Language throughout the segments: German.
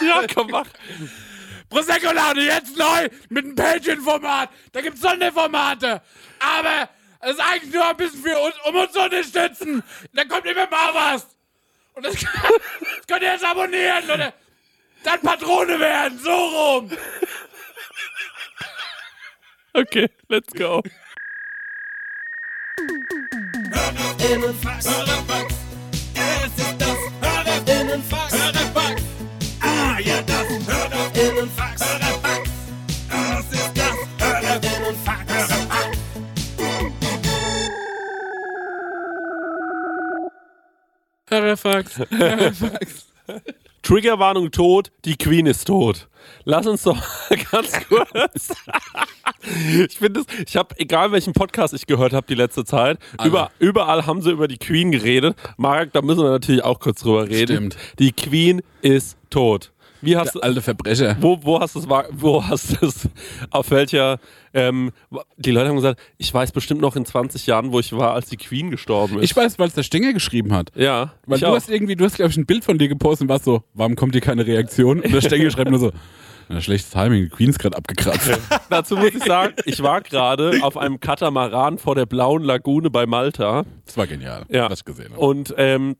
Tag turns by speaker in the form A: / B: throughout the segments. A: Ja, komm, mach. prosecco laune jetzt neu mit einem Patreon-Format. Da gibt's Sonderformate. Aber es ist eigentlich nur ein bisschen für uns, um uns zu unterstützen. Da kommt immer mal was. Und das, das könnt ihr jetzt abonnieren oder dann Patrone werden. So rum.
B: Okay, let's go.
C: Innenfax. Hörerfax. Es ist das Hörer. Innenfax. Hörerfax. Ah, ja, das Hörer. Innenfax. Hörerfax. Das ist das Hörer. Innenfax. Hörerfax.
A: Hörerfax.
B: Triggerwarnung tot, die Queen ist tot. Lass uns doch mal ganz kurz. ich finde es, ich habe, egal welchen Podcast ich gehört habe die letzte Zeit, über, überall haben sie über die Queen geredet. Marek, da müssen wir natürlich auch kurz drüber reden.
A: Stimmt.
B: Die Queen ist tot. Wie hast du,
A: Alte Verbrecher.
B: wo, wo hast du es, wa- wo hast du es, auf welcher, ähm, die Leute haben gesagt, ich weiß bestimmt noch in 20 Jahren, wo ich war, als die Queen gestorben ist.
A: Ich weiß, weil es der Stinger geschrieben hat.
B: ja,
A: Weil
B: ich
A: du
B: auch.
A: hast irgendwie, du hast, glaube ich, ein Bild von dir gepostet und warst so, warum kommt hier keine Reaktion? Und der Stängel schreibt nur so, na, schlechtes Timing, die Queen ist gerade abgekratzt.
B: Dazu muss ich sagen, ich war gerade auf einem Katamaran vor der blauen Lagune bei Malta.
A: Das war genial,
B: Ja.
A: was ich gesehen habe.
B: Und ähm,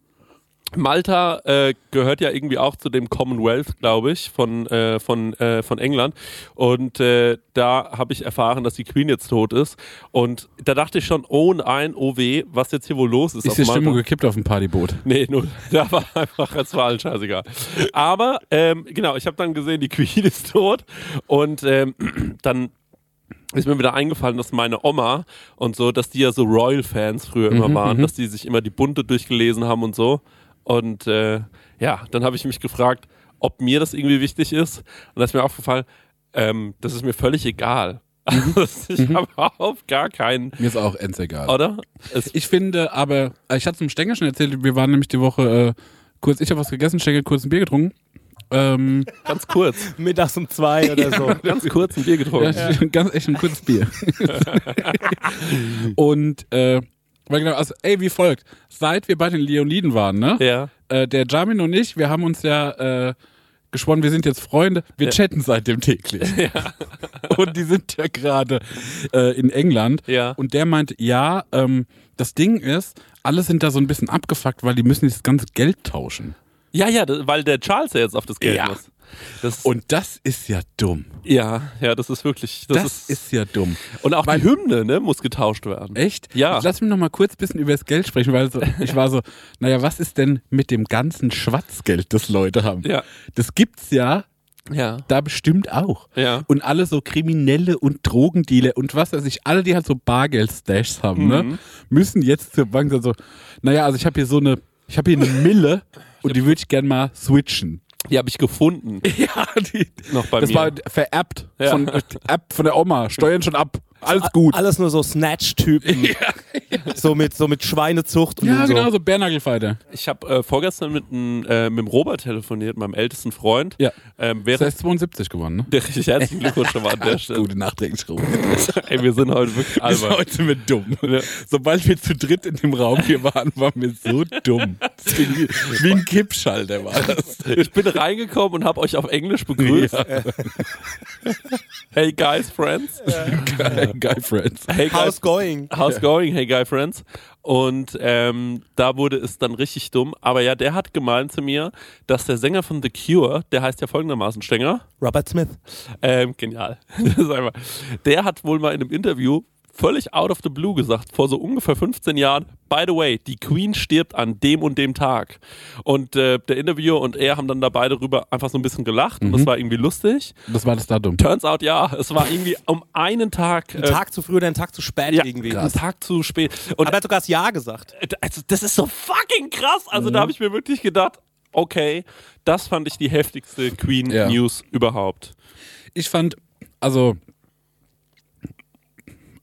B: Malta äh, gehört ja irgendwie auch zu dem Commonwealth, glaube ich, von, äh, von, äh, von England. Und äh, da habe ich erfahren, dass die Queen jetzt tot ist. Und da dachte ich schon, oh nein, oh weh, was jetzt hier wohl los ist. auf
A: Ist die
B: Malta.
A: Stimmung gekippt auf dem Partyboot?
B: Nee, nur, da war einfach, es war allen scheißegal. Aber, ähm, genau, ich habe dann gesehen, die Queen ist tot und ähm, dann ist mir wieder eingefallen, dass meine Oma und so, dass die ja so Royal-Fans früher immer waren, dass die sich immer die Bunte durchgelesen haben und so. Und äh, ja, dann habe ich mich gefragt, ob mir das irgendwie wichtig ist. Und da ist mir aufgefallen, ähm, das ist mir völlig egal. Also, ich habe überhaupt gar keinen,
A: Mir ist auch ends egal.
B: oder? Es,
A: Ich finde aber, ich hatte es dem Stenger schon erzählt, wir waren nämlich die Woche äh, kurz, ich habe was gegessen, Stenger kurz ein Bier getrunken. Ähm,
B: ganz kurz,
D: Mittags um zwei oder so.
B: ganz kurz ein Bier getrunken.
A: ja, ganz echt ein kurzes Bier. und äh, weil genau, also, ey, wie folgt. Seit wir bei den Leoniden waren, ne?
B: ja.
A: äh, der Jamin und ich, wir haben uns ja äh, geschworen, wir sind jetzt Freunde. Wir chatten seitdem täglich. und die sind ja gerade äh, in England.
B: Ja.
A: Und der meint, ja, ähm, das Ding ist, alle sind da so ein bisschen abgefuckt, weil die müssen dieses ganze Geld tauschen.
B: Ja, ja, das, weil der Charles ja jetzt auf das Geld
A: Ja.
B: muss. Das,
A: Und das ist ja dumm.
B: ja, ja, das ist wirklich. Das, ist,
A: ja dumm.
B: und auch
A: weil-
B: die Hymne ne, muss getauscht werden.
A: Echt?
B: Ja.
A: Jetzt lass mich noch mal kurz ein bisschen über das Geld sprechen, weil so, ich war so, naja, was ist denn mit dem ganzen Schwatzgeld, das Leute haben?
B: Ja.
A: Das gibt's ja
B: Ja.
A: da bestimmt auch.
B: Ja.
A: Und alle so Kriminelle und Drogendealer und was weiß ich, alle, die halt so Bargeld-Stashs haben,
B: Mhm.
A: ne, müssen jetzt zur Bank sagen so, naja, also ich habe hier so eine, ich habe hier eine Mille und die würde ich gern mal switchen.
B: Die habe ich gefunden.
A: Ja, die,
B: Noch bei
A: das
B: mir.
A: war vererbt
B: Ja.
A: von, App von der Oma, Steuern schon ab, alles gut.
D: Alles nur so Snatch-Typen. So, mit, so mit Schweinezucht und
A: Ja,
D: so.
A: genau, so Bärnagelfighter.
B: Ich habe äh, vorgestern mit, einem, äh, mit dem Robert telefoniert, meinem ältesten Freund.
A: Ja.
B: Ähm,
A: Das
B: während,
A: heißt 72 gewonnen, ne?
B: der richtig herzlichen Glückwunsch schon mal an der Stelle.
A: Gute Nacht, Regenschrauben.
B: Ey, wir sind heute wirklich
A: Ist
B: albern.
A: heute mit dumm. Sobald wir zu dritt in dem Raum hier waren, waren wir so dumm. Das ist Wie, wie ein Kippschalter war das.
B: Ich bin reingekommen und habe euch auf Englisch begrüßt. Hey guys, friends.
A: Geil, geil, Friends.
B: Hey guys,
D: How's going?
B: How's going, hey guy friends? Und ähm, da wurde es dann richtig dumm. Aber ja, der hat gemeint zu mir, dass der Sänger von The Cure, der heißt ja folgendermaßen Stenger,
D: Robert Smith.
B: ähm, genial, das ist einfach, der hat wohl mal in einem Interview völlig out of the blue gesagt, vor so ungefähr 15 Jahren, by the way, die Queen stirbt an dem und dem Tag. Und äh, der Interviewer und er haben dann da beide rüber einfach so ein bisschen gelacht
D: Mhm.
B: und das war irgendwie lustig.
A: Das war das Datum.
B: Turns out, ja, es war irgendwie um einen Tag.
D: Ein Tag zu früh oder ein Tag zu spät
B: Äh. ja,
D: irgendwie.
B: einen Tag zu spät. Und
D: Aber er hat sogar das Ja gesagt.
B: also das ist so fucking krass. Also da habe ich mir wirklich gedacht, okay, das fand ich die heftigste Queen
A: Ja.
B: News überhaupt.
A: Ich fand, also,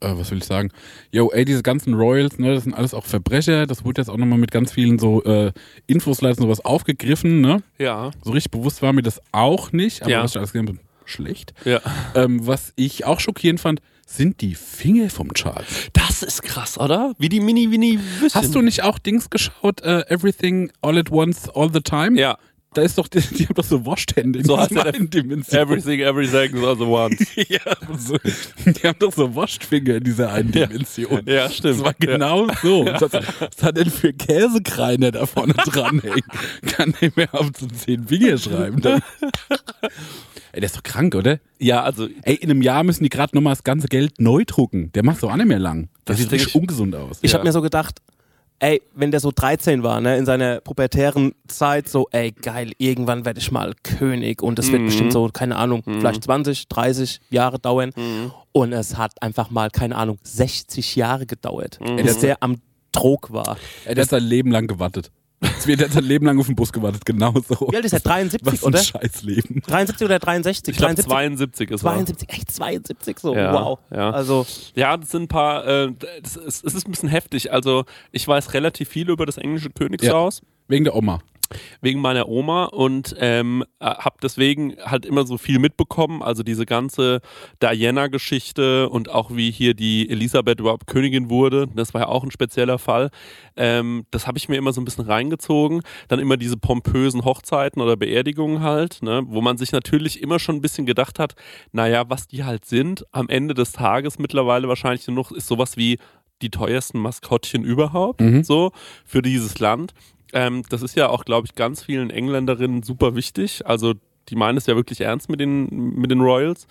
A: äh, was will ich sagen? Yo, ey, diese ganzen Royals, ne, das sind alles auch Verbrecher. Das wurde jetzt auch nochmal mit ganz vielen so äh, Infoslides und sowas aufgegriffen, ne?
B: Ja,
A: So richtig bewusst war mir das auch nicht, aber
B: Ja.
A: was ich alles gesehen habe, schlecht.
B: ja.
A: Ähm, was ich auch schockierend fand, sind die Finger vom Charles.
B: Das ist krass, oder? Wie die Mini Mini Würstchen.
A: Hast du nicht auch Dings geschaut, äh, Everything All at Once, All the Time?
B: Ja.
A: da ist doch, die, die haben doch so Waschtände in
B: So
A: diesen
B: hat er-
A: einen Dimension.
B: Everything, also every second, all the once.
A: Ja, so, die haben doch so Waschfinger in dieser einen Dimension.
B: Ja, stimmt.
A: Das war genau so. Was, was hat denn für Käsekreiner da vorne dran hängen? Kann nicht mehr auf so zehn Finger schreiben. ne? Dann. Ey, der ist doch krank, oder?
B: Ja, also
A: Ey, in einem Jahr müssen die gerade nochmal das ganze Geld neu drucken. Der macht doch auch nicht mehr lang. Das,
B: Das
A: sieht
B: denk
A: richtig
B: ich-
A: ungesund aus.
E: Ich habe mir so gedacht, ey, wenn der so 13 war, ne, in seiner pubertären Zeit, so, ey, geil, irgendwann werde ich mal König und das
B: Mhm.
E: wird bestimmt so, keine Ahnung, vielleicht 20, 30 Jahre dauern.
B: Mhm.
E: Und es hat einfach mal, keine Ahnung, 60 Jahre gedauert,
B: Mhm.
E: bis der am Drog war.
A: Ey, der hat sein Leben lang gewartet. Der hat sein Leben lang auf den Bus gewartet, genau so.
E: Wie alt ist er? 73,
A: Was ein
E: oder?
A: Scheißleben.
E: 73 oder 63?
B: ich glaube
E: 73?
B: 72 ist er.
E: 72, echt 72, so,
B: Ja,
E: wow.
B: ja.
E: Also,
B: Ja, das sind ein paar, äh, das ist, es ist ein bisschen heftig. Also ich weiß relativ viel über das englische Königshaus.
A: Wegen der Oma.
B: wegen meiner Oma und ähm, habe deswegen halt immer so viel mitbekommen. Also diese ganze Diana-Geschichte und auch wie hier die Elisabeth überhaupt Königin wurde, das war ja auch ein spezieller Fall. Ähm, das habe ich mir immer so ein bisschen reingezogen. Dann immer diese pompösen Hochzeiten oder Beerdigungen halt, ne, wo man sich natürlich immer schon ein bisschen gedacht hat, naja, was die halt sind, am Ende des Tages mittlerweile wahrscheinlich nur noch ist sowas wie die teuersten Maskottchen überhaupt, so für dieses Land. Ähm, das ist ja auch, glaube ich, ganz vielen Engländerinnen super wichtig. Also die meinen es ja wirklich ernst mit den, mit den Royals.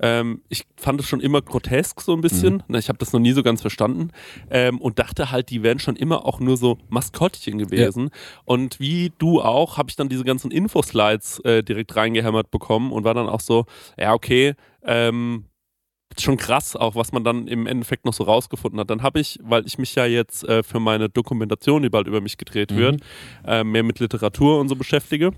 B: Ähm, ich fand es schon immer grotesk so ein bisschen. Na, Ich habe das noch nie so ganz verstanden ähm, und dachte halt, die wären schon immer auch nur so Maskottchen gewesen. Und wie du auch, habe ich dann diese ganzen Infoslides äh, direkt reingehämmert bekommen und war dann auch so, ja okay, ähm, schon krass auch, was man dann im Endeffekt noch so rausgefunden hat. Dann habe ich, weil ich mich ja jetzt äh, für meine Dokumentation, die bald über mich gedreht wird, äh, mehr mit Literatur und so beschäftige,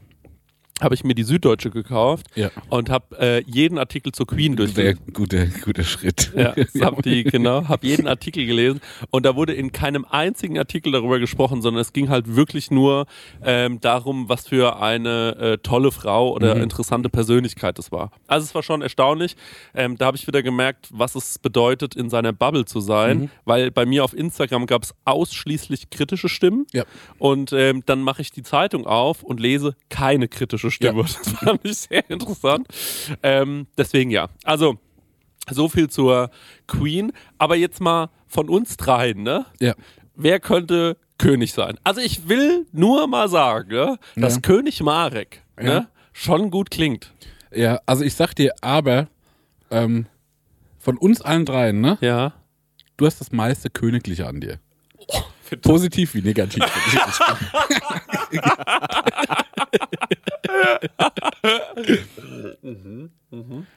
B: habe ich mir die Süddeutsche gekauft
A: Ja.
B: und habe äh, jeden Artikel zur Queen
A: Sehr
B: durchgelesen.
A: guter, guter Schritt.
B: Ja, hab die, genau, habe jeden Artikel gelesen und da wurde in keinem einzigen Artikel darüber gesprochen, sondern es ging halt wirklich nur ähm, darum, was für eine äh, tolle Frau
A: Mhm.
B: oder interessante Persönlichkeit es war. Also es war schon erstaunlich. Ähm, da habe ich wieder gemerkt, was es bedeutet, in seiner Bubble zu sein,
A: Mhm.
B: weil bei mir auf Instagram gab es ausschließlich kritische Stimmen
A: Ja.
B: und ähm, dann mache ich die Zeitung auf und lese keine kritische Stimme.
A: Ja.
B: Das fand ich sehr interessant. Ähm, deswegen ja. Also so viel zur Queen. Aber jetzt mal von uns dreien, ne?
A: Ja.
B: Wer könnte König sein? Also ich will nur mal sagen, ne, dass
A: Ja.
B: König Marek ne, schon gut klingt.
A: Ja, also ich sag dir, aber ähm, von uns allen dreien, ne?
B: Ja.
A: Du hast das meiste Königliche an dir. Positiv wie negativ.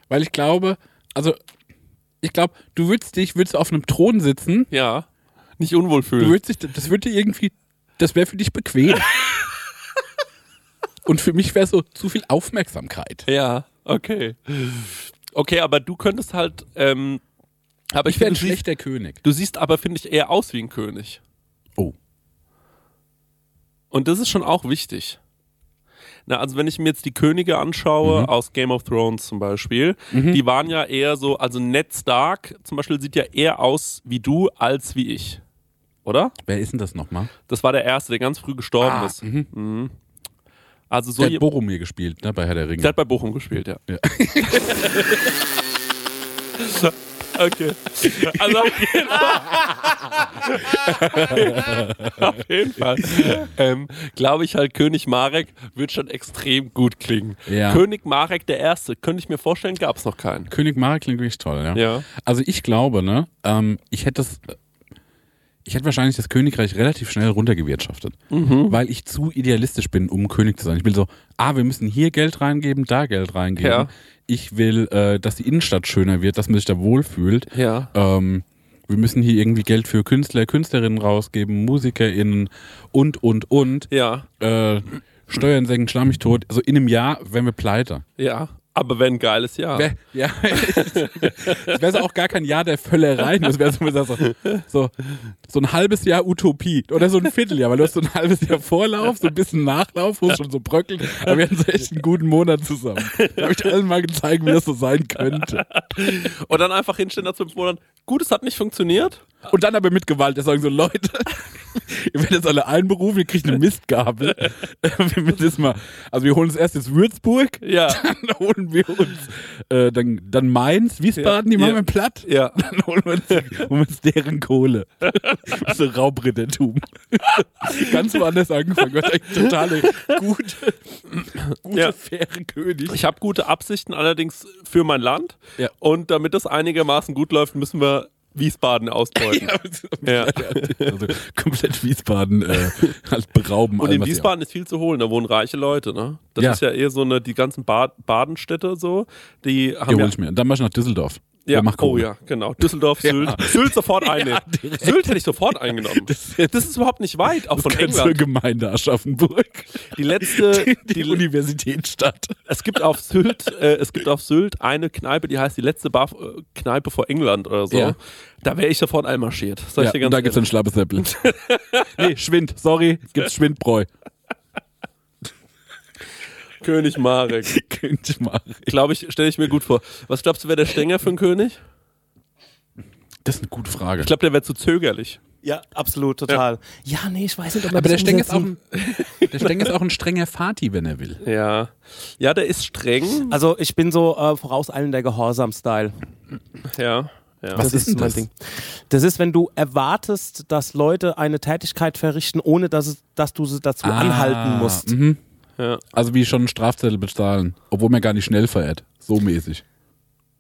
A: Weil ich glaube, also ich glaube, du würdest dich, würdest auf einem Thron sitzen,
B: Ja. Nicht unwohl
A: du
B: fühlen.
A: würdest dich, das würde dir irgendwie, das wäre für dich bequem. Und für mich wäre so zu viel Aufmerksamkeit.
B: Ja, okay. Okay, aber du könntest halt. Ähm, aber ich,
A: Ich wäre ein
B: finde, du siehst,
A: schlechter König.
B: du siehst aber, finde ich, eher aus wie ein König.
A: Oh.
B: Und das ist schon auch wichtig. Na, also wenn ich mir jetzt die Könige
A: Mhm.
B: anschaue, aus Game of Thrones zum Beispiel, die waren ja eher so, also Ned Stark zum Beispiel sieht ja eher aus wie du als wie ich. Oder?
A: Wer ist denn das nochmal?
B: Das war der Erste, der ganz früh gestorben ist. Mhm. Also so
A: Ah, der hat
B: je-
A: Boromir gespielt, ne, bei Herr der Ringe.
B: der hat bei Bochum gespielt, ja.
A: Ja.
B: okay. Also auf jeden Fall, auf jeden Fall ähm, glaube ich halt, König Marek wird schon extrem gut klingen.
A: Ja.
B: König Marek der Erste, könnte ich mir vorstellen, gab es noch keinen.
A: König Marek klingt wirklich toll, ja.
B: Ja.
A: Also ich glaube, ne, ähm, ich hätte das, ich hätte wahrscheinlich das Königreich relativ schnell runtergewirtschaftet,
B: Mhm.
A: weil ich zu idealistisch bin, um König zu sein. Ich bin so, ah, wir müssen hier Geld reingeben, da Geld reingeben.
B: Ja.
A: Ich will, äh, dass die Innenstadt schöner wird, dass man sich da wohlfühlt.
B: Ja.
A: Ähm, wir müssen hier irgendwie Geld für Künstler, Künstlerinnen rausgeben, MusikerInnen und, und, und.
B: Ja,
A: Äh, Steuern senken, schlammig tot. Also in einem Jahr wären wir pleite.
B: ja. Aber wenn geiles Jahr.
A: Wär, ja. das wäre so auch gar kein Jahr der Völlereien. Das wäre so, so, so, so ein halbes Jahr Utopie. Oder so ein Vierteljahr, weil du hast so ein halbes Jahr Vorlauf, so ein bisschen Nachlauf, wo es schon so bröckelt. Aber wir hatten so echt einen guten Monat zusammen. Da habe ich allen mal gezeigt, wie das so sein könnte.
B: Und dann einfach hinstellen dazu im Monat, gut, es hat nicht funktioniert.
A: Und dann aber mit Gewalt. Das sagen so, Leute, ihr werdet jetzt alle einberufen, ihr kriegt eine Mistgabel. wir müssen jetzt mal, also wir holen uns erst jetzt Würzburg,
B: Ja.
A: dann holen wir uns, äh, dann, dann Mainz, Wiesbaden, die machen
B: Ja.
A: wir platt.
B: Ja.
A: Dann holen wir uns, holen wir uns deren Kohle. so Raubrittertum. Ganz woanders angefangen. Das ist eigentlich totale gute, gute
B: Ja.
A: faire König.
B: Ich habe gute Absichten allerdings für mein Land.
A: Ja.
B: Und damit das einigermaßen gut läuft, müssen wir Wiesbaden ausbeuten. Ja.
A: Also komplett Wiesbaden äh, halt berauben.
B: Und
A: allem,
B: in
A: was sie
B: Wiesbaden ist viel zu holen, da wohnen reiche Leute, ne? Das
A: Ja.
B: ist ja eher so eine, die ganzen ba Badenstädte so, die
A: Ja,
B: haben
A: hol
B: ja.
A: ich mir. Dann mach ich nach Düsseldorf.
B: Ja,
A: mach
B: oh
A: Kohle.
B: ja, genau. Düsseldorf, Sylt. Sylt sofort einnehmen. Sylt hätte ich sofort eingenommen. Das, ist überhaupt nicht weit, auch
A: Das
B: von
A: gehört zur
B: England.
A: Gemeinde Aschaffenburg.
B: Die letzte,
A: Die,
B: die,
A: Universitätsstadt.
B: es gibt auf Sylt, äh, es gibt auf Sylt eine Kneipe, die heißt die letzte Bar, äh, Kneipe vor England oder so.
A: Ja.
B: Da wäre ich sofort einmarschiert. Sag ich
A: Ja,
B: dir ganz
A: und da gibt's
B: ehrlich.
A: dann Schlappesäppel. nee, Schwind, sorry, gibt's Schwindbräu.
B: König Marek.
A: Könnte ich machen.
B: Glaube ich, stelle ich mir gut vor. Was glaubst du, wäre der Stenger für ein König?
A: Das ist eine gute Frage.
B: Ich glaube, der wäre zu zögerlich.
D: Ja, absolut, total. Ja, nee, ich weiß nicht, ob man
A: aber der
D: das
A: Stenger, ist auch
D: umsetzen-
A: ein, der Stenger ist auch ein strenger Fati, wenn er will.
B: Ja. Ja, der ist streng.
D: Also ich bin so äh, vorauseilender Gehorsam-Style.
B: Ja. ja.
A: Was ist denn
D: mein
A: das?
D: Ding. Das ist, wenn du erwartest, dass Leute eine Tätigkeit verrichten, ohne dass, es, dass du sie dazu
A: Ah.
D: anhalten musst.
A: Mhm.
B: Ja.
A: Also wie schon einen Strafzettel bezahlen, obwohl man gar nicht schnell verehrt. So mäßig.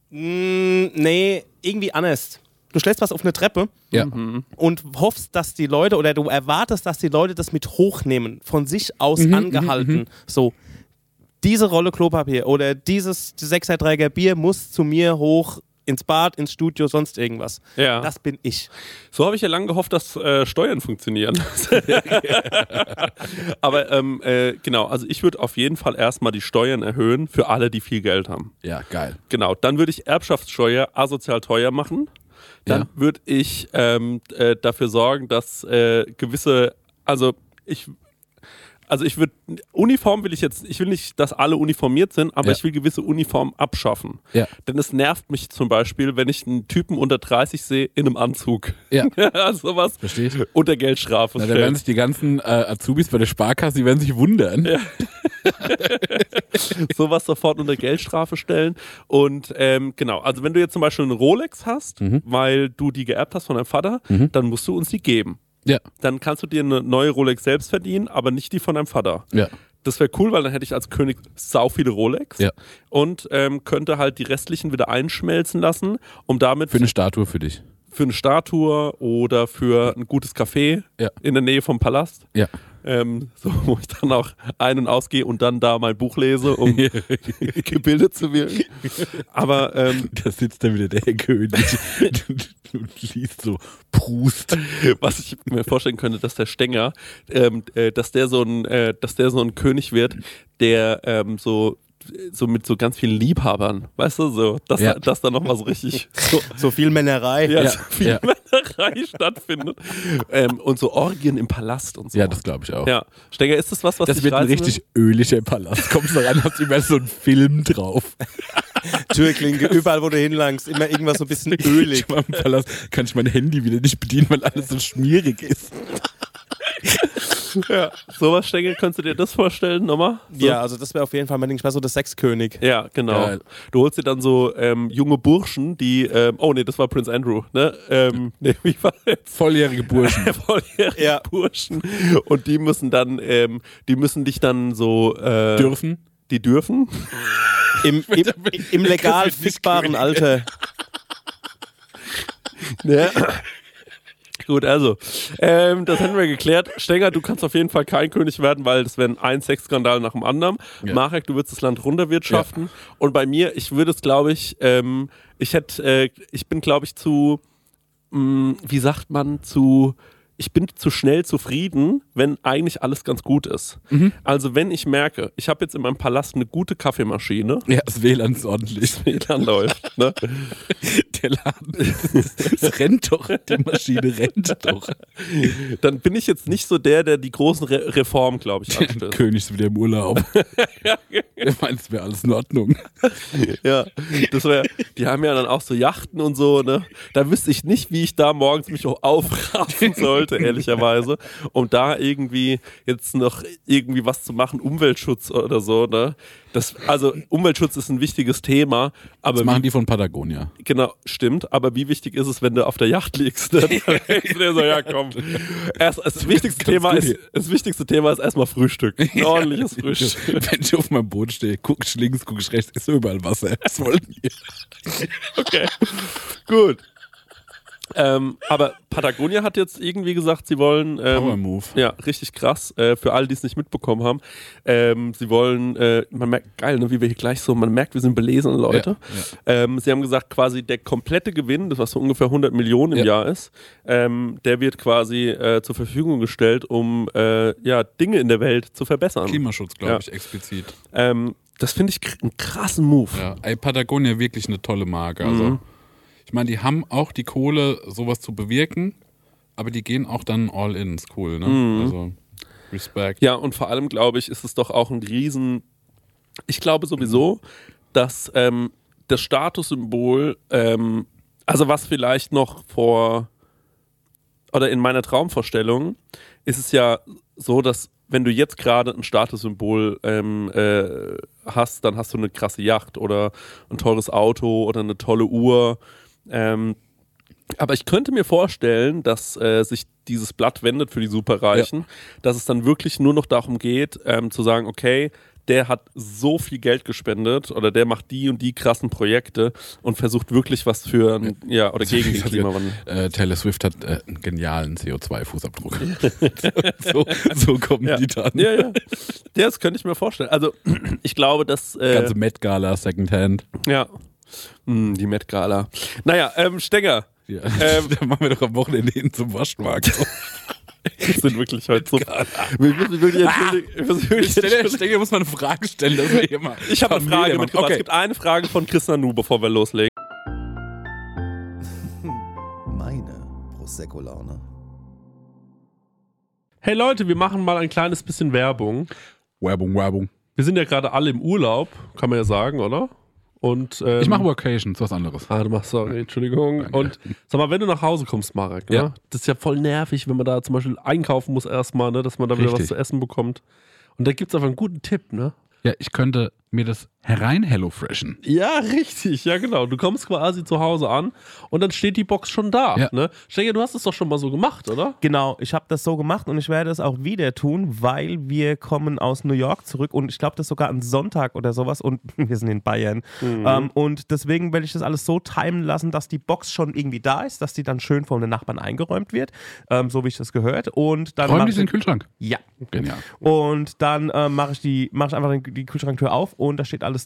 D: Mm, nee, irgendwie anders. Du stellst was auf eine Treppe
A: Ja.
B: Mhm.
D: und hoffst, dass die Leute oder du erwartest, dass die Leute das mit hochnehmen, von sich aus angehalten. So, diese Rolle Klopapier oder dieses Sechserträger Bier muss zu mir hoch ins Bad, ins Studio, sonst irgendwas.
B: Ja.
D: Das bin ich.
B: So habe ich ja lange gehofft, dass äh, Steuern funktionieren. Aber ähm, äh, genau, also ich würde auf jeden Fall erstmal die Steuern erhöhen für alle, die viel Geld haben.
A: Ja, geil.
B: Genau, dann würde ich Erbschaftssteuer asozial teuer machen. Dann
A: Ja.
B: würde ich ähm, äh, dafür sorgen, dass äh, gewisse, also ich, also ich würde, Uniform will ich jetzt, ich will nicht, dass alle uniformiert sind, aber
A: Ja.
B: ich will gewisse Uniformen abschaffen.
A: Ja.
B: Denn es nervt mich zum Beispiel, wenn ich einen Typen unter 30 sehe in einem Anzug.
A: Ja.
B: Sowas
A: Versteh ich.
B: unter Geldstrafe.
A: Na, da
B: stellt.
A: werden sich die ganzen äh, Azubis bei der Sparkasse, die werden sich wundern.
B: sowas sofort unter Geldstrafe stellen. Und ähm, genau, also wenn du jetzt zum Beispiel einen Rolex hast,
A: Mhm.
B: weil du die geerbt hast von deinem Vater, dann musst du uns die geben.
A: Ja.
B: Dann kannst du dir eine neue Rolex selbst verdienen, aber nicht die von deinem Vater.
A: Ja.
B: Das wäre cool, weil dann hätte ich als König sau viele Rolex
A: Ja.
B: und ähm, könnte halt die restlichen wieder einschmelzen lassen, um damit
A: Für eine Statue für dich.
B: für eine Statue oder für ein gutes Café
A: Ja.
B: in der Nähe vom Palast
A: Ja.
B: ähm, so, wo ich dann auch ein- und ausgehe und dann da mein Buch lese, um gebildet zu werden. Aber ähm,
A: Da sitzt dann wieder der König und liest so Prust.
B: was ich mir vorstellen könnte, dass der Stenger, ähm, äh, dass der so ein, äh, dass der so ein König wird, der ähm, so so mit so ganz vielen Liebhabern, weißt du, so, dass,
A: Ja.
B: da, dass da noch mal so richtig so,
D: So viel Männerei.
B: ja,
A: Ja,
B: so viel
A: ja.
B: Männerei stattfindet ähm, und so Orgien im Palast und so.
A: Ja, das glaube ich auch.
B: ja. Stenger, ist das was, was
A: Das
B: dich
A: wird ein
B: reizen würde?
A: richtig öliger Palast. Kommst du rein, hast immer so einen Film drauf.
D: Türklinke, überall wo du hinlangst, immer irgendwas so ein bisschen ölig.
A: Ich war im Palast, kann ich mein Handy wieder nicht bedienen, weil alles so schmierig ist.
B: Sowas, Stenger, könntest du dir das vorstellen nochmal? So
D: Ja, also das wäre auf jeden Fall mein Ding. Ich war so der Sexkönig.
B: Ja, genau.
A: Geil.
B: Du holst dir dann so ähm, junge Burschen, die, ähm, oh nee, das war Prince Andrew, ne? Ähm, nee, wie war jetzt?
A: Volljährige Burschen.
B: Volljährige
D: Ja.
B: Burschen. Und die müssen dann, ähm, die müssen dich dann so, äh,
A: Dürfen.
B: die dürfen.
D: Im, im, im legal fickbaren Alter.
B: Ja. Gut, also, ähm, das hätten wir geklärt. Stenger, du kannst auf jeden Fall kein König werden, weil das wäre ein Sexskandal nach dem anderen.
A: Ja.
B: Marek, du würdest das Land runterwirtschaften. Und bei mir, ich würde es, glaube ich, ähm, ich hätte, äh, ich bin, glaube ich, zu, mh, wie sagt man, zu, ich bin zu schnell zufrieden, wenn eigentlich alles ganz gut ist. Also, wenn ich merke, ich habe jetzt in meinem Palast eine gute Kaffeemaschine,
A: Ja, das WLAN ist ordentlich.
B: die dann läuft, ne?
A: der Laden. Es rennt doch, die Maschine rennt doch.
B: Dann bin ich jetzt nicht so der, der die großen Re Reformen, glaube ich,
A: Der
B: anstößt.
A: König ist wieder im Urlaub. Der meint, es wäre alles in Ordnung.
B: ja, das wär, die haben ja dann auch so Yachten und so, ne? Da wüsste ich nicht, wie ich da morgens mich auch aufraffen sollte, ehrlicherweise, um da irgendwie jetzt noch irgendwie was zu machen, Umweltschutz oder so, ne? Das, also Umweltschutz ist ein wichtiges Thema, aber
A: Das machen die von Patagonia.
B: Genau, stimmt. Aber wie wichtig ist es, wenn du auf der Yacht liegst? Ne? Dann denkst du dir so, ja, komm. Erst, das, wichtigste
A: kannst
B: Thema
A: du
B: ist,
A: dir.
B: das wichtigste Thema ist erstmal Frühstück. Ein ordentliches Frühstück.
A: Wenn ich auf meinem Boot stehe, guckst links, guckst rechts, ist überall Wasser. Das wollten wir.
B: Okay. Gut. Ähm, aber Patagonia hat jetzt irgendwie gesagt, sie wollen.
A: Power
B: Ähm,
A: Move.
B: ja, richtig krass. Äh, für alle, die es nicht mitbekommen haben. Ähm, sie wollen, äh, man merkt, geil, ne, wie wir hier gleich so, man merkt, wir sind belesene Leute. Ähm, sie haben gesagt, quasi der komplette Gewinn, das was so ungefähr 100 Millionen im
A: Ja.
B: Jahr ist, ähm, der wird quasi äh, zur Verfügung gestellt, um äh, ja, Dinge in der Welt zu verbessern.
A: Klimaschutz, glaube
B: Ja.
A: ich, explizit.
B: Ähm, das finde ich kr einen krassen Move.
A: Ja, ey, Patagonia wirklich eine tolle Marke. Also,
B: Mhm.
A: ich meine, die haben auch die Kohle, sowas zu bewirken, aber die gehen auch dann all in. Ist cool, ne? Also, Respekt.
B: Mhm. Ja, und vor allem, glaube ich, ist es doch auch ein Riesen. Ich glaube sowieso, dass ähm, das Statussymbol, ähm, also was vielleicht noch vor oder in meiner Traumvorstellung ist es ja so, dass wenn du jetzt gerade ein Statussymbol ähm, äh, hast, dann hast du eine krasse Yacht oder ein teures Auto oder eine tolle Uhr. Ähm, aber ich könnte mir vorstellen, dass äh, sich dieses Blatt wendet für die Superreichen, dass es dann wirklich nur noch darum geht, ähm, zu sagen, okay, der hat so viel Geld gespendet oder der macht die und die krassen Projekte und versucht wirklich was für, ein- ja, oder gegen den Klimawandel.
A: Äh, Taylor Swift hat äh, einen genialen CO2-Fußabdruck. so, so kommen
B: Ja.
A: die dann.
B: Ja, ja. Ja, Das könnte ich mir vorstellen. Also, ich glaube, dass. Äh,
A: Ganze Met Gala Secondhand.
B: ja. Hm, die Met Gala. Naja, ähm, Stenger.
A: Ja.
B: Ähm,
A: da machen wir doch am Wochenende hin zum Waschmarkt.
B: Wir sind wirklich heute so. Wir müssen wirklich entschuldigen. Wir müssen wirklich
A: Ah! Stell
B: entschuldigen.
A: dir muss man eine Frage stellen, dass wir hier mal.
B: Ich habe eine
A: Familie
B: Frage
A: machen.
B: mitgebracht. Es
A: Okay.
B: gibt eine Frage von Chris Nanu, bevor wir loslegen.
F: Meine Prosecco-Laune.
B: Hey Leute, wir machen mal ein kleines bisschen Werbung.
A: Werbung, Werbung.
B: Wir sind ja gerade alle im Urlaub, kann man ja sagen, oder? Und, ähm,
A: Ich mache Workations, was anderes.
B: Ah, du machst, sorry, Entschuldigung. Und sag mal, wenn du nach Hause kommst, Marek,
A: Ja.
B: ne? das ist ja voll nervig, wenn man da zum Beispiel einkaufen muss erstmal, ne? dass man da wieder was
A: Richtig.
B: zu essen bekommt. Und da gibt es einfach einen guten Tipp, ne?
A: Ja, ich könnte mir das herein HelloFreshen.
B: Ja, richtig, ja genau. Du kommst quasi zu Hause an und dann steht die Box schon da.
A: Ja.
B: Ne? Stecker, du hast es doch schon mal so gemacht, oder?
D: Genau, ich habe das so gemacht und ich werde es auch wieder tun, weil wir kommen aus New York zurück und ich glaube, das ist sogar am Sonntag oder sowas und wir sind in Bayern. Ähm, und deswegen werde ich das alles so timen lassen, dass die Box schon irgendwie da ist, dass die dann schön von den Nachbarn eingeräumt wird, ähm, so wie ich das gehört. Und dann
A: Räum
D: mach
A: die
D: ich-
A: in den Kühlschrank.
D: ja.
A: Genial.
D: Und dann ähm, mache ich, die- mach ich einfach die- die Kühlschranktür auf und da steht alles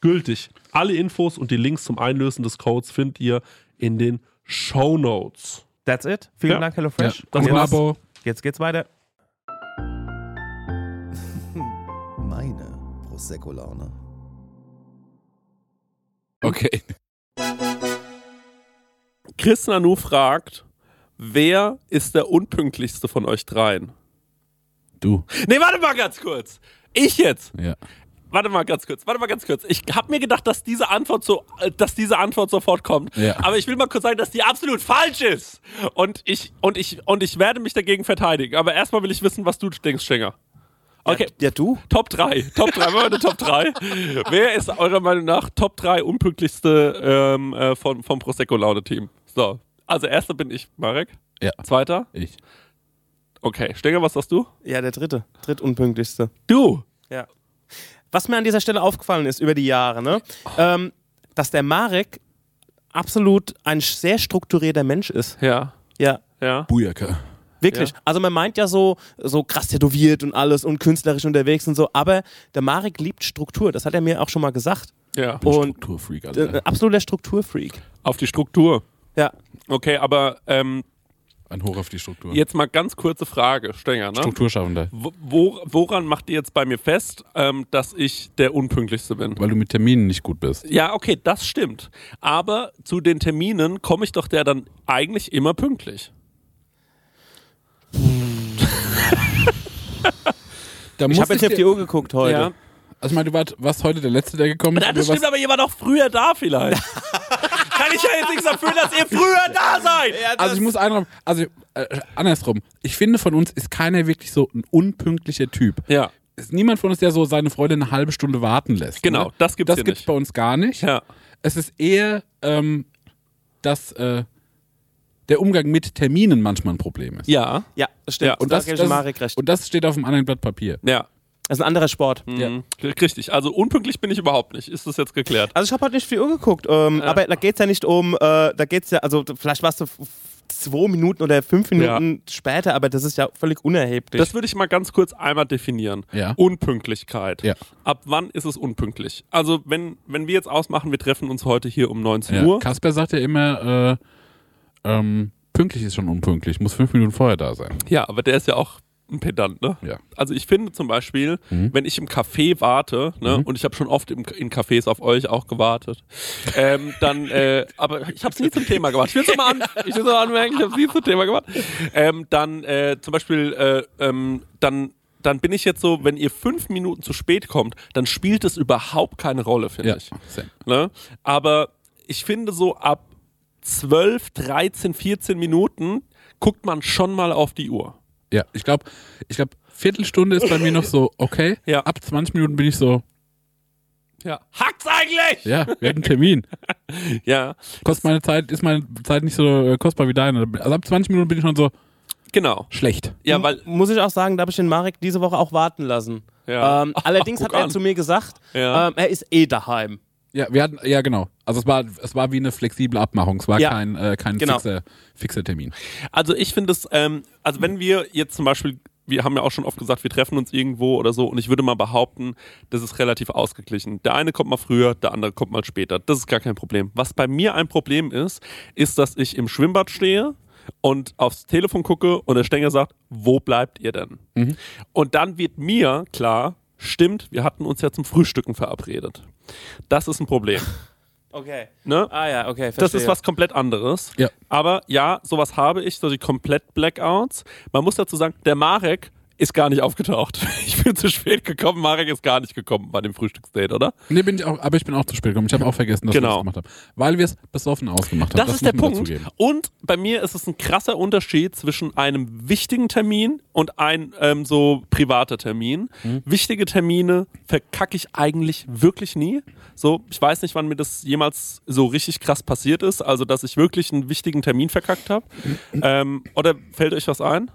B: gültig. Alle Infos und die Links zum Einlösen des Codes findet ihr in den Show Notes.
D: That's it. Vielen
B: Ja.
D: Dank, HelloFresh.
B: das
D: jetzt,
A: ein Abo.
D: jetzt geht's weiter.
F: Meine Prosecco-Laune.
A: Okay.
B: Chris Nanu fragt, wer ist der unpünktlichste von euch dreien?
A: Du.
B: Nee, warte mal ganz kurz. Ich jetzt.
A: Ja.
B: Warte mal ganz kurz. Warte mal ganz kurz. Ich habe mir gedacht, dass diese Antwort so, äh, dass diese Antwort sofort kommt.
A: Ja.
B: Aber ich will mal kurz sagen, dass die absolut falsch ist. Und ich und ich und ich werde mich dagegen verteidigen. Aber erstmal will ich wissen, was du denkst, Schenger. Okay.
D: Ja, du?
B: Top 3. Top 3. Machen wir eine Top 3. Wer ist eurer Meinung nach Top 3 unpünktlichste ähm, äh, von, vom Prosecco-Laune-Team? So. Also, erster bin ich, Marek.
A: Ja.
B: Zweiter.
A: Ich.
B: Okay. Stenger, was sagst du?
D: Ja, der dritte. Drittunpünktlichste.
B: Du.
D: Ja. Was mir an dieser Stelle aufgefallen ist über die Jahre, ne? Ähm, dass der Marek absolut ein sehr strukturierter Mensch ist.
B: Ja.
D: Ja.
B: Ja.
A: Bujaka.
D: Wirklich.
B: Ja.
D: Also man meint ja so, so krass tätowiert und alles und künstlerisch unterwegs und so, aber der Marek liebt Struktur, das hat er mir auch schon mal gesagt.
B: Ja.
D: Und
A: Strukturfreak,
D: äh, ein
A: Alter.
D: absoluter Strukturfreak.
B: Auf die Struktur.
D: Ja.
B: Okay, aber ähm,
A: Ein Hoch auf die Struktur.
B: jetzt mal ganz kurze Frage, Stenger. Ne?
A: Strukturschaffender.
B: Wo- Wo, woran macht ihr jetzt bei mir fest, ähm, dass ich der Unpünktlichste bin?
A: Weil du mit Terminen nicht gut bist.
B: Ja, okay, das stimmt. Aber zu den Terminen komme ich doch der dann eigentlich immer pünktlich.
A: Da
D: Ich habe jetzt nicht auf die Uhr geguckt heute.
B: Ja.
A: Also ich meine, du warst, warst heute der Letzte, der gekommen ist.
B: Na,
A: und du
B: das stimmt,
A: warst-
B: aber ihr wart auch früher da vielleicht. Kann ich ja jetzt nichts dafür, dass ihr früher da seid.
A: also ich muss einräumen, also äh, andersrum. Ich finde, von uns ist keiner wirklich so ein unpünktlicher Typ.
B: Ja,
A: Ist niemand von uns, der so seine Freunde eine halbe Stunde warten lässt.
B: Genau,
A: ne?
B: das gibt's
A: Das
B: hier
A: gibt's
B: nicht.
A: bei uns gar nicht.
B: ja.
A: Es ist eher, ähm, dass äh, der Umgang mit Terminen manchmal ein Problem ist.
B: Ja.
D: Ja, das stimmt.
B: Ja, und
D: da
A: das,
D: gebe ich
A: das,
D: dem Marek recht.
A: und das steht auf einem anderen Blatt Papier.
B: Ja.
D: Das ist ein anderer Sport.
B: Mhm. Richtig. Also unpünktlich bin ich überhaupt nicht. Ist das jetzt geklärt?
D: Also ich habe halt nicht viel Uhr geguckt, ähm, aber da geht's ja nicht um, äh, da geht's ja, also d- vielleicht warst du f- f- zwei Minuten oder fünf Minuten später, aber das ist ja völlig unerheblich.
B: Das würde ich mal ganz kurz einmal definieren.
A: Ja.
B: Unpünktlichkeit.
A: Ja.
B: Ab wann ist es unpünktlich? Also, wenn, wenn wir jetzt ausmachen, wir treffen uns heute hier um 19
A: Ja.
B: Uhr.
A: Kasper sagt ja immer, äh, ähm, pünktlich ist schon unpünktlich, muss fünf Minuten vorher da sein.
B: Ja, aber der ist ja auch ein Pedant, ne?
A: Ja. Mhm.
B: Also ich finde zum Beispiel, wenn ich im Café warte, ne, und ich habe schon oft im, in Cafés auf euch auch gewartet, ähm, dann, äh, aber ich habe es nie zum Thema gemacht. Ich will es mal, an, ich will's mal anmerken, ich habe es nie zum Thema gemacht. Ähm, dann äh, zum Beispiel, äh, ähm, dann dann bin ich jetzt so, wenn ihr fünf Minuten zu spät kommt, dann spielt es überhaupt keine Rolle, finde
A: Ja.
B: ich.
A: Same.
B: Ne? Aber ich finde so ab 12, 13, 14 Minuten guckt man schon mal auf die Uhr.
A: Ja, ich glaube, ich glaube, Viertelstunde ist bei mir noch so okay.
B: Ja.
A: Ab 20 Minuten bin ich so,
B: Ja. Hackt's eigentlich!
A: ja, wir hatten einen Termin.
B: Ja,
A: Kostet meine Zeit, ist meine Zeit nicht so äh, kostbar wie deine. Also ab 20 Minuten bin ich schon so
B: genau.
A: schlecht.
B: Ja, weil,
D: M- muss ich auch sagen, da habe ich den Marek diese Woche auch warten lassen.
B: Ja.
D: Ähm, allerdings hat
B: guck
D: er
B: an.
D: zu mir gesagt,
B: Ja.
D: ähm, er ist eh daheim.
A: Ja, wir hatten, ja genau. Also es war, es war wie eine flexible Abmachung. Es war
D: Ja.
A: kein, äh, kein
D: Genau.
A: fixer, fixer Termin.
B: also ich finde es, ähm, also wenn wir jetzt zum Beispiel, wir haben ja auch schon oft gesagt, wir treffen uns irgendwo oder so und ich würde mal behaupten, das ist relativ ausgeglichen. Der eine kommt mal früher, der andere kommt mal später. Das ist gar kein Problem. Was bei mir ein Problem ist, ist, dass ich im Schwimmbad stehe und aufs Telefon gucke und der Stänger sagt, wo bleibt ihr denn? Und dann wird mir klar, stimmt, wir hatten uns ja zum Frühstücken verabredet. Das ist ein Problem.
D: Okay.
B: Ne?
D: Ah ja, okay, verstehe.
B: Das ist was komplett anderes.
A: Ja.
B: Aber ja, sowas habe ich, solche komplett Blackouts. Man muss dazu sagen, der Marek ist gar nicht aufgetaucht. Ich bin zu spät gekommen, Marek ist gar nicht gekommen bei dem Frühstücksdate, oder?
A: Nee, bin ich auch, aber ich bin auch zu spät gekommen. Ich habe auch vergessen, dass
B: Genau.
A: wir das gemacht haben. Weil wir es besoffen ausgemacht haben.
B: Das, ist der
A: muss man
B: Punkt.
A: dazugeben.
B: Und bei mir ist es ein krasser Unterschied zwischen einem wichtigen Termin und einem ähm, so privater Termin. Wichtige Termine verkacke ich eigentlich wirklich nie. So, ich weiß nicht, wann mir das jemals so richtig krass passiert ist. Also, dass ich wirklich einen wichtigen Termin verkackt habe. ähm, oder fällt euch was ein?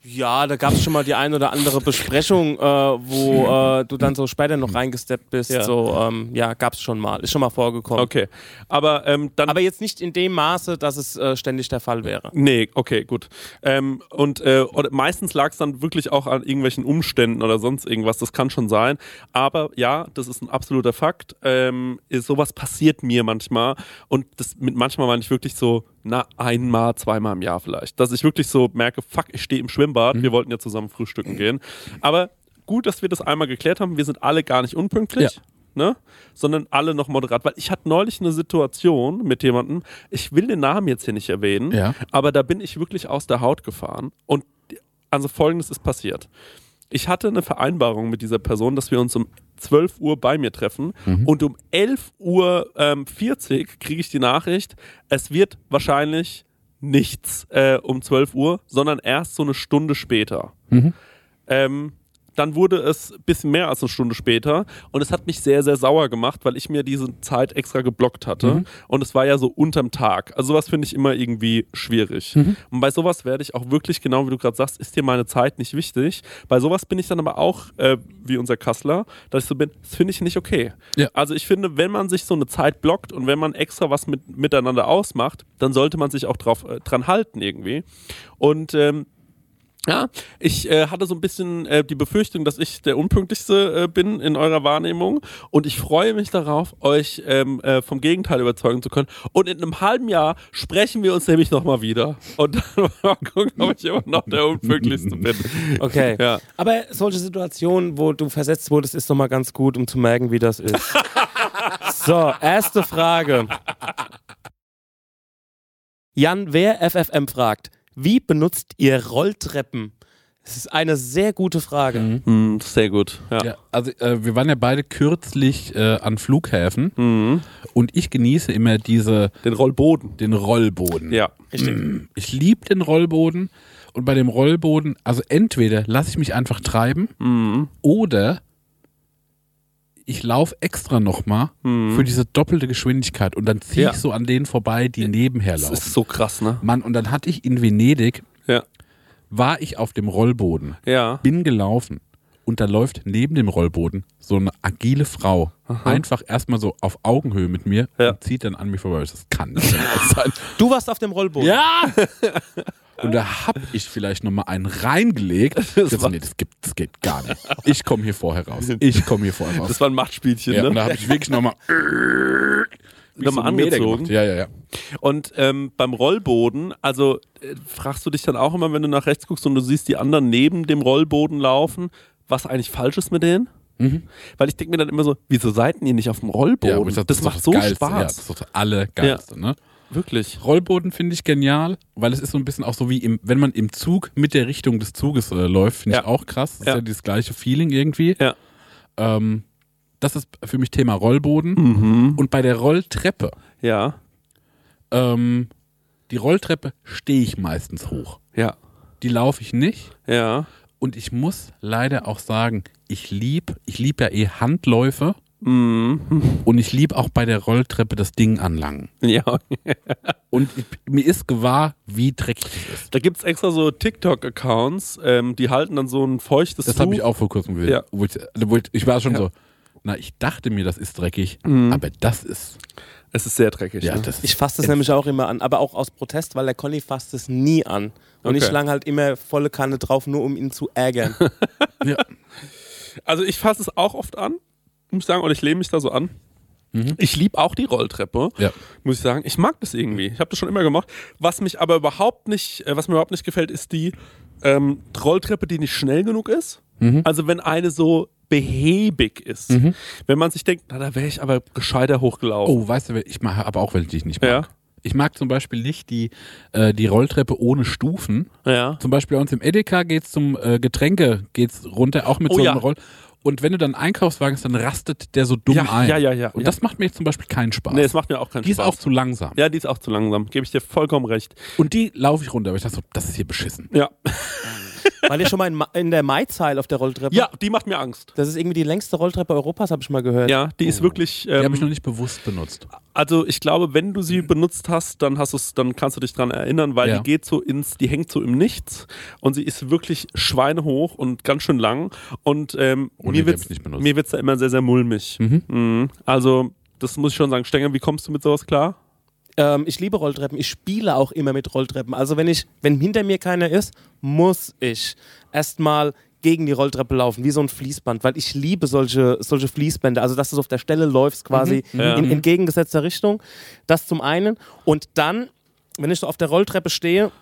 D: Ja, da gab es schon mal die ein oder andere Besprechung, äh, wo äh, du dann so später noch reingesteppt bist.
B: Ja.
D: So, ähm, ja, gab es schon mal. Ist schon mal vorgekommen.
B: Okay. Aber ähm, dann.
D: Aber jetzt nicht in dem Maße, dass es äh, ständig der Fall wäre.
B: Nee, okay, gut. Ähm, und äh, oder meistens lag es dann wirklich auch an irgendwelchen Umständen oder sonst irgendwas. Das kann schon sein. Aber ja, das ist ein absoluter Fakt. Ähm, ist, sowas passiert mir manchmal. Und das mit manchmal meine ich wirklich so, na, einmal, zweimal im Jahr vielleicht. Dass ich wirklich so merke, fuck, ich stehe im Schwimmbad,
A: Mhm.
B: wir wollten ja zusammen frühstücken gehen. Aber gut, dass wir das einmal geklärt haben. Wir sind alle gar nicht unpünktlich.
A: Ja.
B: Ne? sondern alle noch moderat, weil ich hatte neulich eine Situation mit jemandem, ich will den Namen jetzt hier nicht erwähnen,
A: Ja.
B: aber da bin ich wirklich aus der Haut gefahren. Und also folgendes ist passiert. Ich hatte eine Vereinbarung mit dieser Person, dass wir uns um 12 Uhr bei mir treffen und um 11.40 Uhr ähm, 40 kriege ich die Nachricht, es wird wahrscheinlich nichts äh, um 12 Uhr, sondern erst so eine Stunde später. Ähm, dann wurde es ein bisschen mehr als eine Stunde später und es hat mich sehr, sehr sauer gemacht, weil ich mir diese Zeit extra geblockt hatte. Und es war ja so unterm Tag. Also sowas finde ich immer irgendwie schwierig. Und bei sowas werde ich auch wirklich, genau wie du gerade sagst, ist dir meine Zeit nicht wichtig. Bei sowas bin ich dann aber auch, äh, wie unser Kassler, dass ich so bin, das finde ich nicht okay.
A: Ja.
B: Also ich finde, wenn man sich so eine Zeit blockt und wenn man extra was mit, miteinander ausmacht, dann sollte man sich auch drauf, äh, dran halten irgendwie. Und ähm, ja, ich äh, hatte so ein bisschen äh, die Befürchtung, dass ich der Unpünktlichste äh, bin in eurer Wahrnehmung und ich freue mich darauf, euch ähm, äh, vom Gegenteil überzeugen zu können. Und in einem halben Jahr sprechen wir uns nämlich nochmal wieder und dann mal gucken, ob ich immer noch der Unpünktlichste bin.
D: Okay.
B: Ja.
D: Aber solche Situationen, wo du versetzt wurdest, ist nochmal ganz gut, um zu merken, wie das ist. so, erste Frage. Jan, wer FFM fragt, wie benutzt ihr Rolltreppen? Das ist eine sehr gute Frage.
B: Hm, sehr gut. Ja.
A: Ja, also äh, wir waren ja beide kürzlich äh, an Flughäfen
B: Mhm.
A: und ich genieße immer diese,
B: Den Rollboden.
A: den Rollboden.
B: Ja.
A: Ich liebe den Rollboden und bei dem Rollboden, also entweder lasse ich mich einfach treiben
B: Mhm.
A: oder ich laufe extra nochmal
B: Mhm.
A: für diese doppelte Geschwindigkeit und dann ziehe
B: Ja.
A: ich so an denen vorbei, die nebenher
B: Das
A: laufen.
B: ist so krass, ne?
A: Mann, und dann hatte ich in Venedig,
B: Ja.
A: war ich auf dem Rollboden,
B: Ja.
A: bin gelaufen und da läuft neben dem Rollboden so eine agile Frau einfach erstmal so auf Augenhöhe mit mir
B: Ja.
A: und zieht dann an mir vorbei. Das kann nicht sein.
D: Du warst auf dem Rollboden.
A: Ja! Und da hab ich vielleicht nochmal einen reingelegt. Das, nee, das, gibt, das geht gar nicht. Ich komme hier vorher raus. Ich komme hier vorher raus.
B: Das war ein Machtspielchen,
A: Ja, und
B: ne?
A: da habe ich wirklich nochmal
B: Nochmal angezogen.
A: Ja, ja, ja.
B: Und ähm, beim Rollboden, also äh, fragst du dich dann auch immer, wenn du nach rechts guckst und du siehst die anderen neben dem Rollboden laufen, was eigentlich falsch ist mit denen? Weil ich denke mir dann immer so, wieso seid denn ihr nicht auf dem
A: Mhm. ja
B: Rollboden?
A: aber ich
B: das,
A: sag, ist doch
B: macht so
A: Geilste. Ja, das
B: Spaß.
A: ist doch das Allergeilste, ne?
B: Wirklich.
A: Rollboden finde ich genial, weil es ist so ein bisschen auch so wie, im, wenn man im Zug mit der Richtung des Zuges äh, läuft, finde
B: Ja.
A: ich auch krass. Das
B: Ja.
A: ist ja dieses gleiche Feeling irgendwie.
B: Ja.
A: Ähm, das ist für mich Thema Rollboden.
B: Mhm.
A: Und bei der Rolltreppe,
B: Ja.
A: ähm, die Rolltreppe stehe ich meistens hoch.
B: Ja.
A: Die laufe ich nicht.
B: Ja.
A: Und ich muss leider auch sagen, ich lieb, ich lieb ja eh Handläufe
B: Mhm.
A: und ich lieb auch bei der Rolltreppe das Ding anlangen.
B: Ja.
A: Und ich, mir ist gewahr, wie dreckig es ist.
B: Da gibt's extra so TikTok-Accounts, ähm, die halten dann so ein feuchtes
A: Das habe
B: Tuch.
A: ich auch vor kurzem gesehen.
B: Ja.
A: Wo ich, wo ich, ich war schon
B: Ja. Mhm.
A: so, na, ich dachte mir, das ist dreckig, aber das ist.
B: Es ist sehr dreckig.
A: Ja,
B: ne?
A: das
D: Ich
A: ist.
D: fasse das nämlich auch immer an, aber auch aus Protest, weil der Conny fasst es nie an. Und ich
B: Okay.
D: lang halt immer volle Kanne drauf, nur um ihn zu ärgern.
A: Ja.
B: Also ich fasse es auch oft an, muss ich sagen, und ich lehne mich da so an. Ich liebe auch die Rolltreppe,
A: Mhm. Ja.
B: muss ich sagen. Ich mag das irgendwie. Ich habe das schon immer gemacht. Was mich aber überhaupt nicht, äh, was mir
A: Mhm.
B: überhaupt nicht gefällt, ist die ähm, Rolltreppe, die nicht schnell genug ist. Also wenn eine so behäbig ist. Wenn man sich denkt, na, da wäre ich aber gescheiter hochgelaufen.
A: Oh, weißt du, wer- ich mache aber auch, wenn ich dich nicht mag.
B: Ja.
A: Ich mag zum Beispiel nicht die, äh, die Rolltreppe ohne Stufen.
B: Ja.
A: Zum Beispiel bei uns im Edeka geht's zum äh, Getränke geht's runter, auch mit
B: Oh
A: so
B: ja.
A: einem Roll. Und wenn du dann einen Einkaufswagen hast, dann rastet der so dumm
B: Ja,
A: ein.
B: ja, ja, ja,
A: Und
B: ja.
A: das macht mir jetzt zum Beispiel keinen Spaß.
B: Nee, es macht mir auch keinen
A: die ist
B: Spaß.
A: auch zu langsam.
B: ja, die ist auch zu langsam. Gebe ich dir vollkommen recht.
A: Und die laufe ich runter, aber ich dachte so, das ist hier beschissen.
B: Ja.
D: War ihr schon mal in, Ma- in der Maizeil auf der Rolltreppe?
B: Ja, die macht mir Angst.
D: Das ist irgendwie die längste Rolltreppe Europas, habe ich mal gehört.
B: Ja, die ist wirklich.
A: Oh. Die habe ich noch
B: Ähm,
A: nicht bewusst benutzt.
B: also ich glaube, wenn du sie benutzt hast, dann hast du's, dann kannst du dich dran erinnern, weil
A: Ja.
B: die geht so ins, die hängt so im Nichts und sie ist wirklich schweinehoch und ganz schön lang. Und ähm,
A: Oh, nee, die
B: mir
A: hab
B: wird's,
A: ich nicht benutzt.
B: mir wird's da immer sehr, sehr mulmig. Mhm. Also, das muss ich schon sagen. Stenger, wie kommst du mit sowas klar?
D: Ähm, ich liebe Rolltreppen. Ich spiele auch immer mit Rolltreppen. Also wenn ich, wenn hinter mir keiner ist, muss ich erstmal gegen die Rolltreppe laufen, wie so ein Fließband, weil ich liebe solche, solche Fließbänder. Also dass du so auf der Stelle läufst, quasi
A: Mhm.
B: Ja.
D: in entgegengesetzter Richtung. Das zum einen. Und dann, wenn ich so auf der Rolltreppe stehe,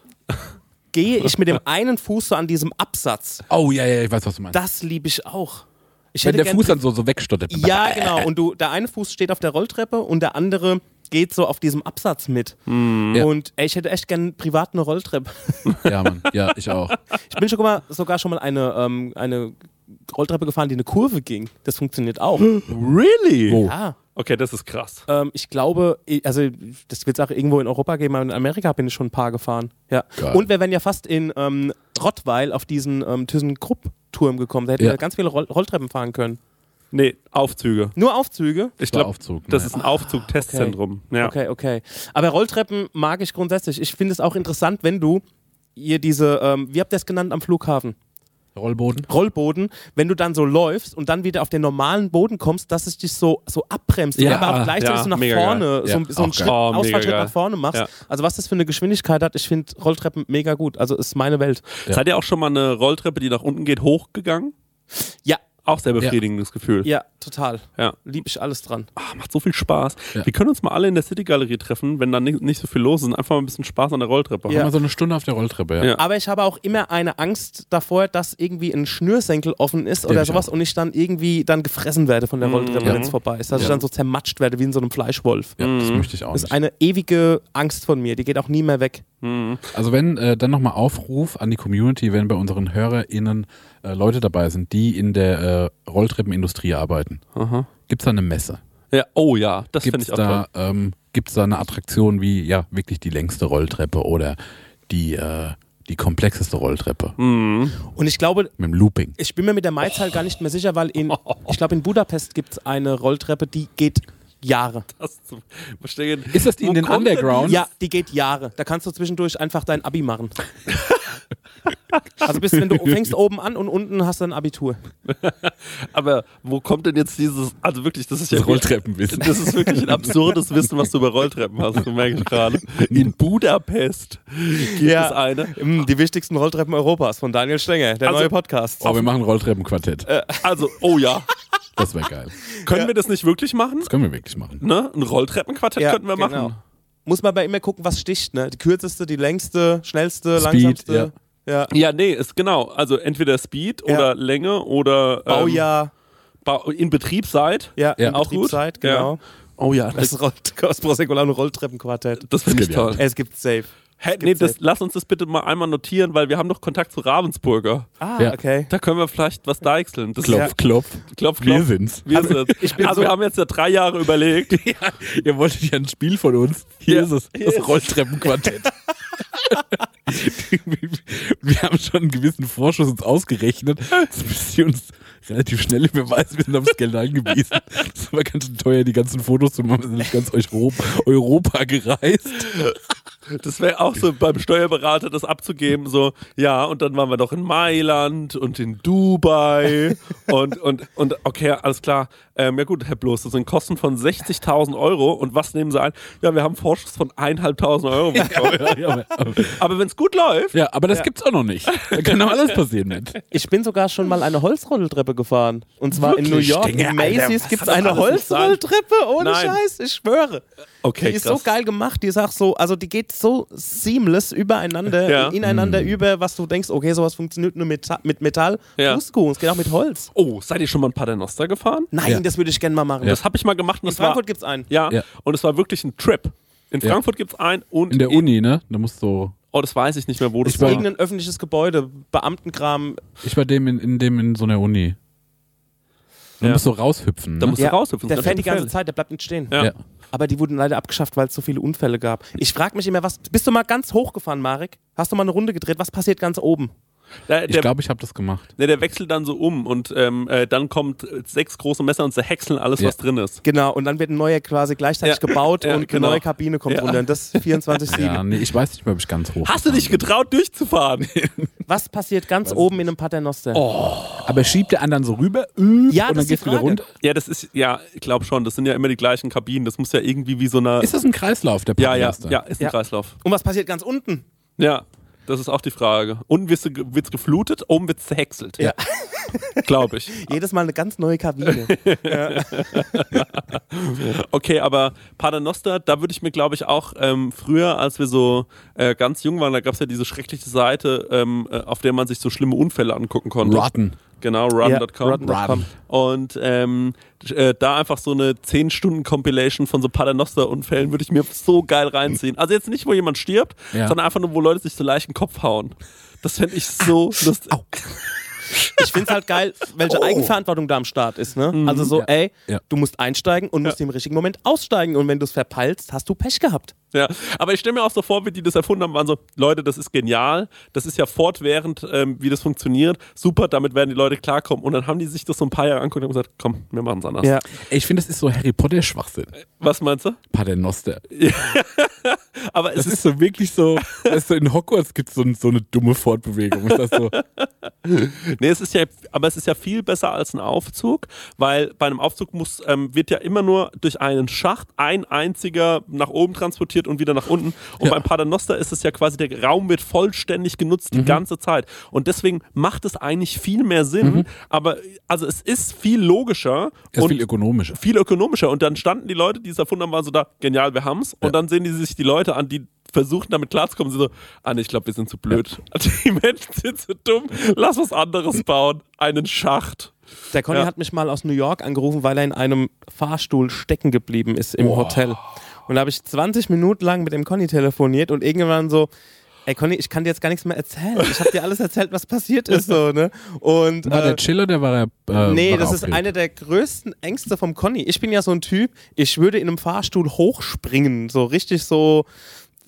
D: gehe ich mit dem einen Fuß so an diesem Absatz.
A: Oh ja, ja, ich weiß, was du meinst.
D: Das liebe ich auch. Ich
A: wenn
D: hätte
A: der
D: gern
A: Fuß dann so, so wegstottert.
D: ja, genau. Und du, der eine Fuß steht auf der Rolltreppe und der andere geht so auf diesem Absatz mit.
A: Ja.
D: Und ey, ich hätte echt gern privat eine Rolltreppe.
A: Ja, Mann. Ja, ich auch.
D: Ich bin schon mal, sogar schon mal eine, ähm, eine Rolltreppe gefahren, die eine Kurve ging. Das funktioniert auch.
B: Really?
A: Wo?
D: Ja.
B: Okay, das ist krass.
D: Ähm, ich glaube, i- also das wird es auch irgendwo in Europa geben, aber in Amerika bin ich schon ein paar gefahren. Ja.
A: Geil.
D: Und wir wären ja fast in ähm, Rottweil auf diesen ähm, ThyssenKrupp-Turm gekommen. Da hätten
A: Ja.
D: wir ganz viele Roll Rolltreppen fahren können.
B: Nee, Aufzüge.
D: Nur Aufzüge.
B: Ich
A: war
B: glaube,
A: Aufzug,
B: das
A: ne? Ah,
B: ist ein Aufzug-Testzentrum. Ja.
D: Okay, okay. Aber Rolltreppen mag ich grundsätzlich. Ich finde es auch interessant, wenn du ihr diese, ähm, wie habt ihr es genannt am Flughafen?
A: Rollboden.
D: Rollboden, wenn du dann so läufst und dann wieder auf den normalen Boden kommst, dass es dich so, so abbremst,
A: Ja,
D: aber auch gleichzeitig
B: ja,
D: so nach
B: mega
D: vorne,
A: geil. Ja,
D: so, so einen
A: auch geil.
D: Schritt,
B: Oh, mega
D: Ausfallschritt
B: geil.
D: nach vorne machst.
B: Ja.
D: Also was das für eine Geschwindigkeit hat, ich finde Rolltreppen mega gut. Also ist meine Welt.
B: Seid ihr auch schon mal eine Rolltreppe, die nach unten geht, hochgegangen?
D: Ja,
B: Auch sehr befriedigendes Gefühl.
D: ja, total.
B: Ja.
D: Lieb ich alles dran.
B: Ah, macht so viel Spaß.
A: Ja.
B: Wir können uns mal alle in der City Galerie treffen, wenn da nicht, nicht so viel los ist. und Einfach mal ein bisschen Spaß an der Rolltreppe
A: Ja.
D: Ja.
B: haben.
A: Mal so eine Stunde auf der Rolltreppe. Ja.
B: Ja.
D: Aber ich habe auch immer eine Angst davor, dass irgendwie ein Schnürsenkel offen ist
A: hab
D: oder
A: ich Mhm,
D: sowas und ich dann irgendwie dann gefressen werde von der Rolltreppe,
B: Ja.
D: wenn es vorbei ist. Dass ich
A: Ja.
D: dann so zermatscht werde wie in so einem Fleischwolf.
A: Ja, das
B: Mhm.
A: möchte ich auch
D: Das
A: nicht.
D: ist eine ewige Angst von mir, die geht auch nie mehr weg.
A: Also wenn, äh, dann nochmal Aufruf an die Community, wenn bei unseren HörerInnen äh, Leute dabei sind, die in der äh, Rolltreppenindustrie arbeiten.
B: Aha.
A: Gibt es da eine Messe?
B: Ja. Oh ja, das finde
A: Gibt es
B: ich auch toll.
A: da, ähm, gibt's da eine Attraktion wie ja wirklich die längste Rolltreppe oder die, äh, die komplexeste Rolltreppe
B: Hm.
D: Und ich glaube,
A: mit dem Looping?
D: ich bin mir mit der Maizahl gar nicht mehr sicher, weil in, ich glaube, in Budapest gibt es eine Rolltreppe, die geht Jahre.
B: Das zum- Verstehe.
A: Ist das die in
B: Wo
A: den
B: kommt denn
A: Underground?
D: Ja, die geht Jahre. Da kannst du zwischendurch einfach dein Abi machen. Also bist, wenn du fängst oben an und unten hast du ein Abitur.
B: Aber wo kommt denn jetzt dieses, also wirklich, das ist ja
A: Das Rolltreppenwissen.
B: Das ist wirklich ein absurdes Wissen, was du über Rolltreppen hast, du merkst gerade. In Budapest gibt es eine.
D: Die wichtigsten Rolltreppen Europas von Daniel Stenger, der
B: Also-
D: neue Podcast.
A: Oh, wir machen ein Rolltreppenquartett.
B: Also, oh ja.
A: Das wäre geil.
B: Können wir das nicht wirklich machen?
A: Das können wir wirklich machen.
B: Ne? Ein Rolltreppenquartett
D: Ja,
B: könnten wir machen.
D: genau. Muss man bei immer gucken, was sticht, ne? Die kürzeste, die längste, schnellste,
A: Speed,
D: langsamste. Ja.
B: Ja, nee, ist genau. Also entweder Speed oder Länge oder ähm,
D: Baujahr,
B: Bau- in Betrieb seid.
D: ja,
A: ja,
D: in
B: auch gut.
D: Betriebszeit, genau.
B: Ja. Oh ja,
D: Das
B: das,
D: ist Roll- das Prosecolano Rolltreppenquartett.
B: das finde ich
A: genial.
B: toll.
D: Es gibt safe.
B: Hä, nee, das,
D: safe.
B: lass uns das bitte mal einmal notieren, weil wir haben noch Kontakt zu Ravensburger.
D: Ah,
A: Ja.
D: okay.
B: Da können wir vielleicht was deichseln. Das
A: Klopf,
B: Ja.
A: klopf.
B: klopf, klopf.
A: Wir sind's.
B: Wir sind's. also wir haben jetzt ja drei Jahre überlegt.
A: Ihr wolltet ja ein Spiel von uns. Hier
B: Ja,
A: ist es,
B: hier
A: das
B: ist es.
A: Rolltreppenquartett. wir haben schon einen gewissen Vorschuss uns ausgerechnet, dass wir sie uns relativ schnell überweisen. Wir sind auf das Geld angewiesen. Das war ganz schön teuer, die ganzen Fotos zu machen. Wir sind durch ganz Europa, Europa gereist.
B: Das wäre auch so beim Steuerberater das abzugeben, so, ja, und dann waren wir doch in Mailand und in Dubai und, und, und okay, alles klar. Ähm, ja gut, Herr Bloß, das sind Kosten von 60.000 Euro und was nehmen Sie ein? Ja, wir haben einen Vorschuss von 1.500 Euro bekommen.
A: Ja, aber, aber,
B: Aber wenn es gut läuft,
A: ja, aber das gibt's auch noch nicht. Da kann doch alles passieren mit.
D: Ich bin sogar schon mal eine Holzrolltreppe gefahren. Und zwar in New York.
B: Stinger,
D: in
B: Alter,
D: Macy's
B: was
D: gibt es
B: soll
D: eine
B: alles nicht sein?
D: Holzrolltreppe. Ohne
B: Nein.
D: Scheiß, ich schwöre.
B: Okay,
D: die ist
B: krass.
D: so geil gemacht, die ist auch so, also die geht so seamless übereinander,
B: Ja. Mhm.
D: ineinander über, was du denkst, okay, sowas funktioniert nur mit, mit Metall.
B: Ja.
D: Cusco, es geht auch mit Holz.
B: Oh, seid ihr schon mal in Paternoster gefahren?
D: Nein,
A: Ja.
D: das würde ich gerne mal machen.
B: Das habe ich mal gemacht und
D: in
B: das war,
D: Frankfurt gibt's einen.
B: ja,
A: Ja.
B: und es war wirklich ein Trip. In
A: Ja.
B: Frankfurt gibt's einen und
A: In der Uni, ne? Da musst du.
B: oh, das weiß ich nicht mehr, wo das
A: Ich war-
B: war.
D: Irgendein öffentliches Gebäude, Beamtenkram.
A: Ich war dem in, in dem in so einer Uni. Da
B: Ja.
A: musst du raushüpfen.
B: Da
A: ne?
B: musst du raushüpfen.
D: Der
B: das
D: fährt die
B: ist
D: ganze
B: gefährlich.
D: Zeit, der bleibt nicht stehen.
B: Ja.
A: ja.
D: Aber die wurden leider abgeschafft, weil es so viele Unfälle gab. Ich frage mich immer, was. Bist du mal ganz hochgefahren, Marek? Hast du mal eine Runde gedreht? Was passiert ganz oben?
B: Der,
A: Ich
B: der,
A: glaube, ich habe das gemacht.
B: der, der wechselt dann so um und ähm, äh, dann kommt äh, sechs große Messer und zerhäckseln alles,
A: Ja.
B: was drin ist.
D: Genau, und dann wird ein neuer quasi gleichzeitig
B: Ja.
D: gebaut
B: Ja,
D: und
B: genau.
D: eine neue Kabine kommt
B: Ja.
D: runter. Und das 24-7.
A: Ja, nee, ich weiß nicht mehr, ob ich ganz hoch.
B: Hast du dich getraut, durchzufahren?
D: Was passiert ganz oben in einem Paternoster? Oh,
A: Aber schiebt der anderen so rüber
D: Ja,
A: und
D: das
A: dann
D: ist die
A: geht's wieder
D: Frage.
A: runter.
B: ja, das ist, ja, ich glaube schon, das sind ja immer die gleichen Kabinen. Das muss ja irgendwie wie so eine.
A: Ist das ein Kreislauf, der
B: ja, ja,
A: Podcast da?
B: ja, ist ein
D: Ja.
B: Kreislauf.
D: und was passiert ganz unten?
B: Ja, das ist auch die Frage. Unten wirst du ge- wird's geflutet, oben wird's zerhäckselt. Ja. Glaube ich.
D: Jedes Mal eine ganz neue Kabine.
B: Okay, aber Paternoster, da würde ich mir, glaube ich, auch ähm, früher, als wir so äh, ganz jung waren, da gab es ja diese schreckliche Seite, ähm, äh, auf der man sich so schlimme Unfälle angucken konnte.
A: Rotten.
B: Genau, run.com.
D: Ja, rotten.
A: Rotten.
B: Und ähm, äh, da einfach so eine 10-Stunden-Compilation von so Paternoster-Unfällen würde ich mir so geil reinziehen. Also jetzt nicht, wo jemand stirbt,
A: Ja.
B: sondern einfach nur, wo Leute sich so leicht in den Kopf hauen. Das fände ich
A: Ah,
B: so lustig.
D: Ich finde es halt geil, welche Eigenverantwortung da am Start ist. Ne? Also so, ey,
A: Ja.
D: du musst einsteigen und musst im richtigen Moment aussteigen. Und wenn du es verpeilst, hast du Pech gehabt.
B: Ja, aber ich stelle mir auch so vor, wie die das erfunden haben, waren so, Leute, das ist genial, das ist ja fortwährend, ähm, wie das funktioniert, super, damit werden die Leute klarkommen. Und dann haben die sich das so ein paar Jahre angeguckt und haben gesagt, komm, wir machen es anders.
D: Ja.
A: Ich finde, das ist so Harry Potter-Schwachsinn.
B: Was meinst du?
A: Paternoster.
B: Aber es
A: Das
B: ist,
A: ist so wirklich so, weißt du, in Hogwarts gibt so, es so eine dumme Fortbewegung. Ist das so,
B: nee, es ist ja, aber es ist ja viel besser als ein Aufzug, weil bei einem Aufzug muss, ähm, wird ja immer nur durch einen Schacht ein einziger nach oben transportiert und wieder nach unten. Und beim Paternoster ist es ja quasi, der Raum wird vollständig genutzt
A: Mhm.
B: die ganze Zeit. Und deswegen macht es eigentlich viel mehr Sinn, aber also es ist viel logischer
A: das Mhm. ist
B: und
A: viel ökonomischer.
B: viel ökonomischer. Und dann standen die Leute, die es erfunden haben, waren so da, genial, wir haben's. Und dann sehen die sich die Leute an, die versuchen damit klarzukommen. Sie so, ah nee, ich glaube, wir sind zu blöd. Die Menschen sind zu dumm. Lass was anderes bauen. Einen Schacht.
D: Der Conny
B: Ja.
D: hat mich mal aus New York angerufen, weil er in einem Fahrstuhl stecken geblieben ist im Hotel. Und da habe ich 20 Minuten lang mit dem Conny telefoniert und irgendwann so, ey Conny, ich kann dir jetzt gar nichts mehr erzählen. Ich habe dir alles erzählt, was passiert ist. So, ne? und,
A: War
D: äh,
A: der Chiller, der war er. Äh,
D: Nee,
A: war
D: das
A: er
D: ist
A: aufgeregt?
D: eine der größten Ängste vom Conny. Ich bin ja so ein Typ, ich würde in einem Fahrstuhl hochspringen, so richtig so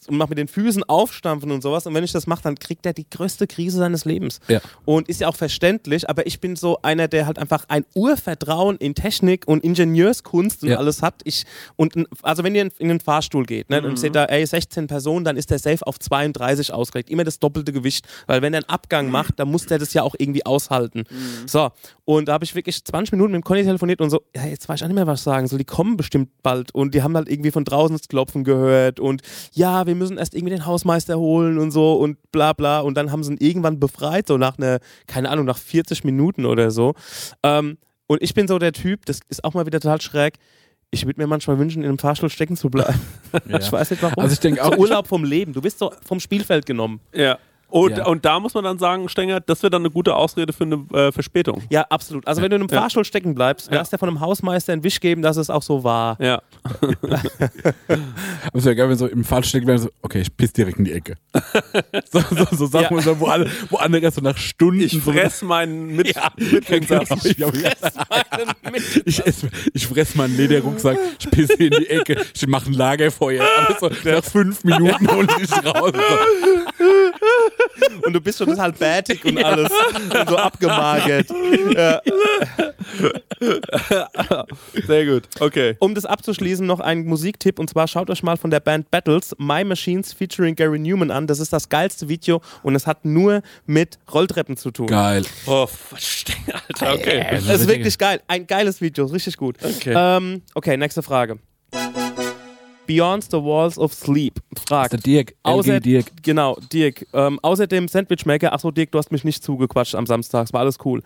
D: und mach mit den Füßen aufstampfen und sowas. Und wenn ich das mache, dann kriegt er die größte Krise seines Lebens.
A: Ja.
D: Und ist ja auch verständlich, aber ich bin so einer, der halt einfach ein Urvertrauen in Technik und Ingenieurskunst und
A: Ja.
D: alles hat. Ich, und n- also wenn ihr in, in den Fahrstuhl geht ne, und seht da, ey, 16 Personen, dann ist der Safe auf 32 ausgelegt. Immer das doppelte Gewicht, weil wenn er einen Abgang macht, dann muss der das ja auch irgendwie aushalten. So, und da habe ich wirklich 20 Minuten mit dem Conny telefoniert und so, ja, jetzt weiß ich auch nicht mehr, was ich sagen soll. Die kommen bestimmt bald und die haben halt irgendwie von draußen das Klopfen gehört und ja, wir müssen erst irgendwie den Hausmeister holen und so und bla bla. Und dann haben sie ihn irgendwann befreit, so nach einer, keine Ahnung, nach 40 Minuten oder so. Ähm, und ich bin so der Typ, das ist auch mal wieder total schräg. Ich würde mir manchmal wünschen, in einem Fahrstuhl stecken zu bleiben.
A: Ja.
D: Ich weiß nicht warum.
A: Also ich denk auch,
D: so
A: ich-
D: Urlaub vom Leben. Du bist so vom Spielfeld genommen.
B: Ja. Und,
A: Ja.
B: und da muss man dann sagen, Stenger, das wäre dann eine gute Ausrede für eine äh, Verspätung.
D: Ja, absolut. Also wenn du in einem Fahrstuhl stecken bleibst, darfst du ja von einem Hausmeister einen Wisch geben, dass es auch so war.
B: Ja.
A: Aber es wäre geil, wenn so im Fahrstuhl wäre, so, okay, ich piss direkt in die Ecke. so, so, so Sachen,
D: Ja.
A: so, wo, alle, wo andere erst so nach Stunden.
B: Ich
A: so-
B: fress meinen Mit
A: Ja, genau,
B: Mitbringsatz.
A: ich, ich, ess, ich fress meinen Lederrucksack, ich pisse in die Ecke, ich mache ein Lagerfeuer. Aber so, nach fünf Minuten hole ich raus. So,
D: Und du bist schon total bärtig und alles. Und so abgemagert.
B: Sehr gut. Okay.
D: Um das abzuschließen, noch ein Musiktipp und zwar schaut euch mal von der Band Battles My Machines featuring Gary Newman an. Das ist das geilste Video und es hat nur mit Rolltreppen zu tun.
A: geil.
B: Oh, Stenger, Alter. Okay.
D: Es ist wirklich geil. Ein geiles Video, richtig gut.
B: Okay.
D: Ähm, okay, nächste Frage. Beyond the Walls of Sleep fragt.
A: Der Dirk,
D: Außer,
A: LG Dirk.
D: Genau, Dirk. Ähm, außerdem Sandwichmaker. Achso, Dirk, du hast mich nicht zugequatscht am Samstag. Es war alles cool.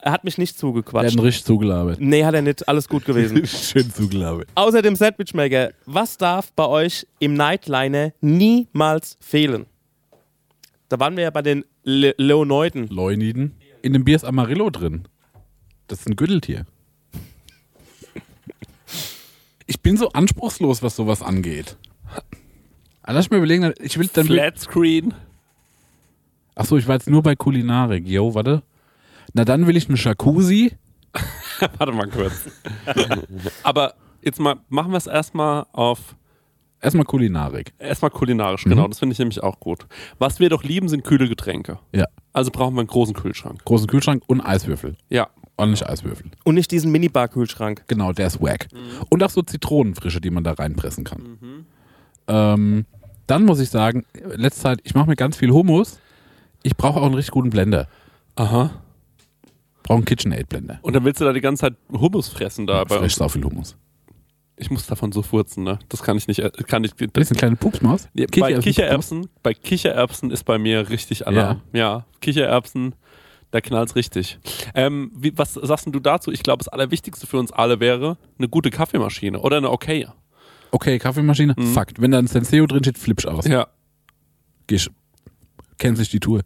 D: Er hat mich nicht
A: Der hat
D: zugequatscht.
A: ihn richtig zugelabert.
D: Nee, hat er nicht. Alles gut gewesen.
A: Schön zugelabert.
D: Außer dem Sandwichmaker. Was darf bei euch im Nightliner niemals fehlen? Da waren wir ja bei den Le Leoneuten.
A: Leuniden. In dem Bier ist Amarillo drin. Das ist ein Gürteltier. Ich bin so anspruchslos, was sowas angeht. Ah, Lass mich mal überlegen, ich will dann.
B: Flat Screen.
A: Achso, ich war jetzt nur bei Kulinarik. Yo, warte. Na dann will ich einen Jacuzzi.
B: Warte mal kurz. Aber jetzt mal machen wir es erstmal auf
A: Erstmal Kulinarik.
B: erstmal kulinarisch, genau. Das finde ich nämlich auch gut. Was wir doch lieben, sind kühle Getränke.
A: Ja.
B: Also brauchen wir einen großen Kühlschrank.
A: Großen Kühlschrank und Eiswürfel.
B: Ja.
A: Ordentlich Eiswürfel.
D: Und nicht diesen Minibar-Kühlschrank.
A: Genau, der ist wack.
B: Mhm.
A: Und auch so Zitronenfrische, die man da reinpressen kann. Ähm, dann muss ich sagen, letzte Zeit, ich mache mir ganz viel Hummus. Ich brauche auch einen richtig guten Blender.
B: Aha.
A: Brauche einen KitchenAid-Blender.
B: Und dann willst du da die ganze Zeit Hummus fressen da bei
A: Frisch
B: uns.
A: sau viel Hummus. Ich
B: Ich muss davon so furzen, ne? Das kann ich nicht. äh, Kann ich,
A: bin jetzt eine kleine Pupsmaus.
B: Nee, bei Kichererbsen, bei Kichererbsen ist bei mir richtig Alarm. Ja, Kichererbsen, da knallt's richtig. Ähm, wie, was sagst denn du dazu? Ich glaube, das Allerwichtigste für uns alle wäre eine gute Kaffeemaschine oder eine okay.
A: Okay, Kaffeemaschine. Fakt. Wenn da ein Senseo drin steht, flippst aus.
B: Mhm. Ja.
A: Gisch. Kennt sich die Tour.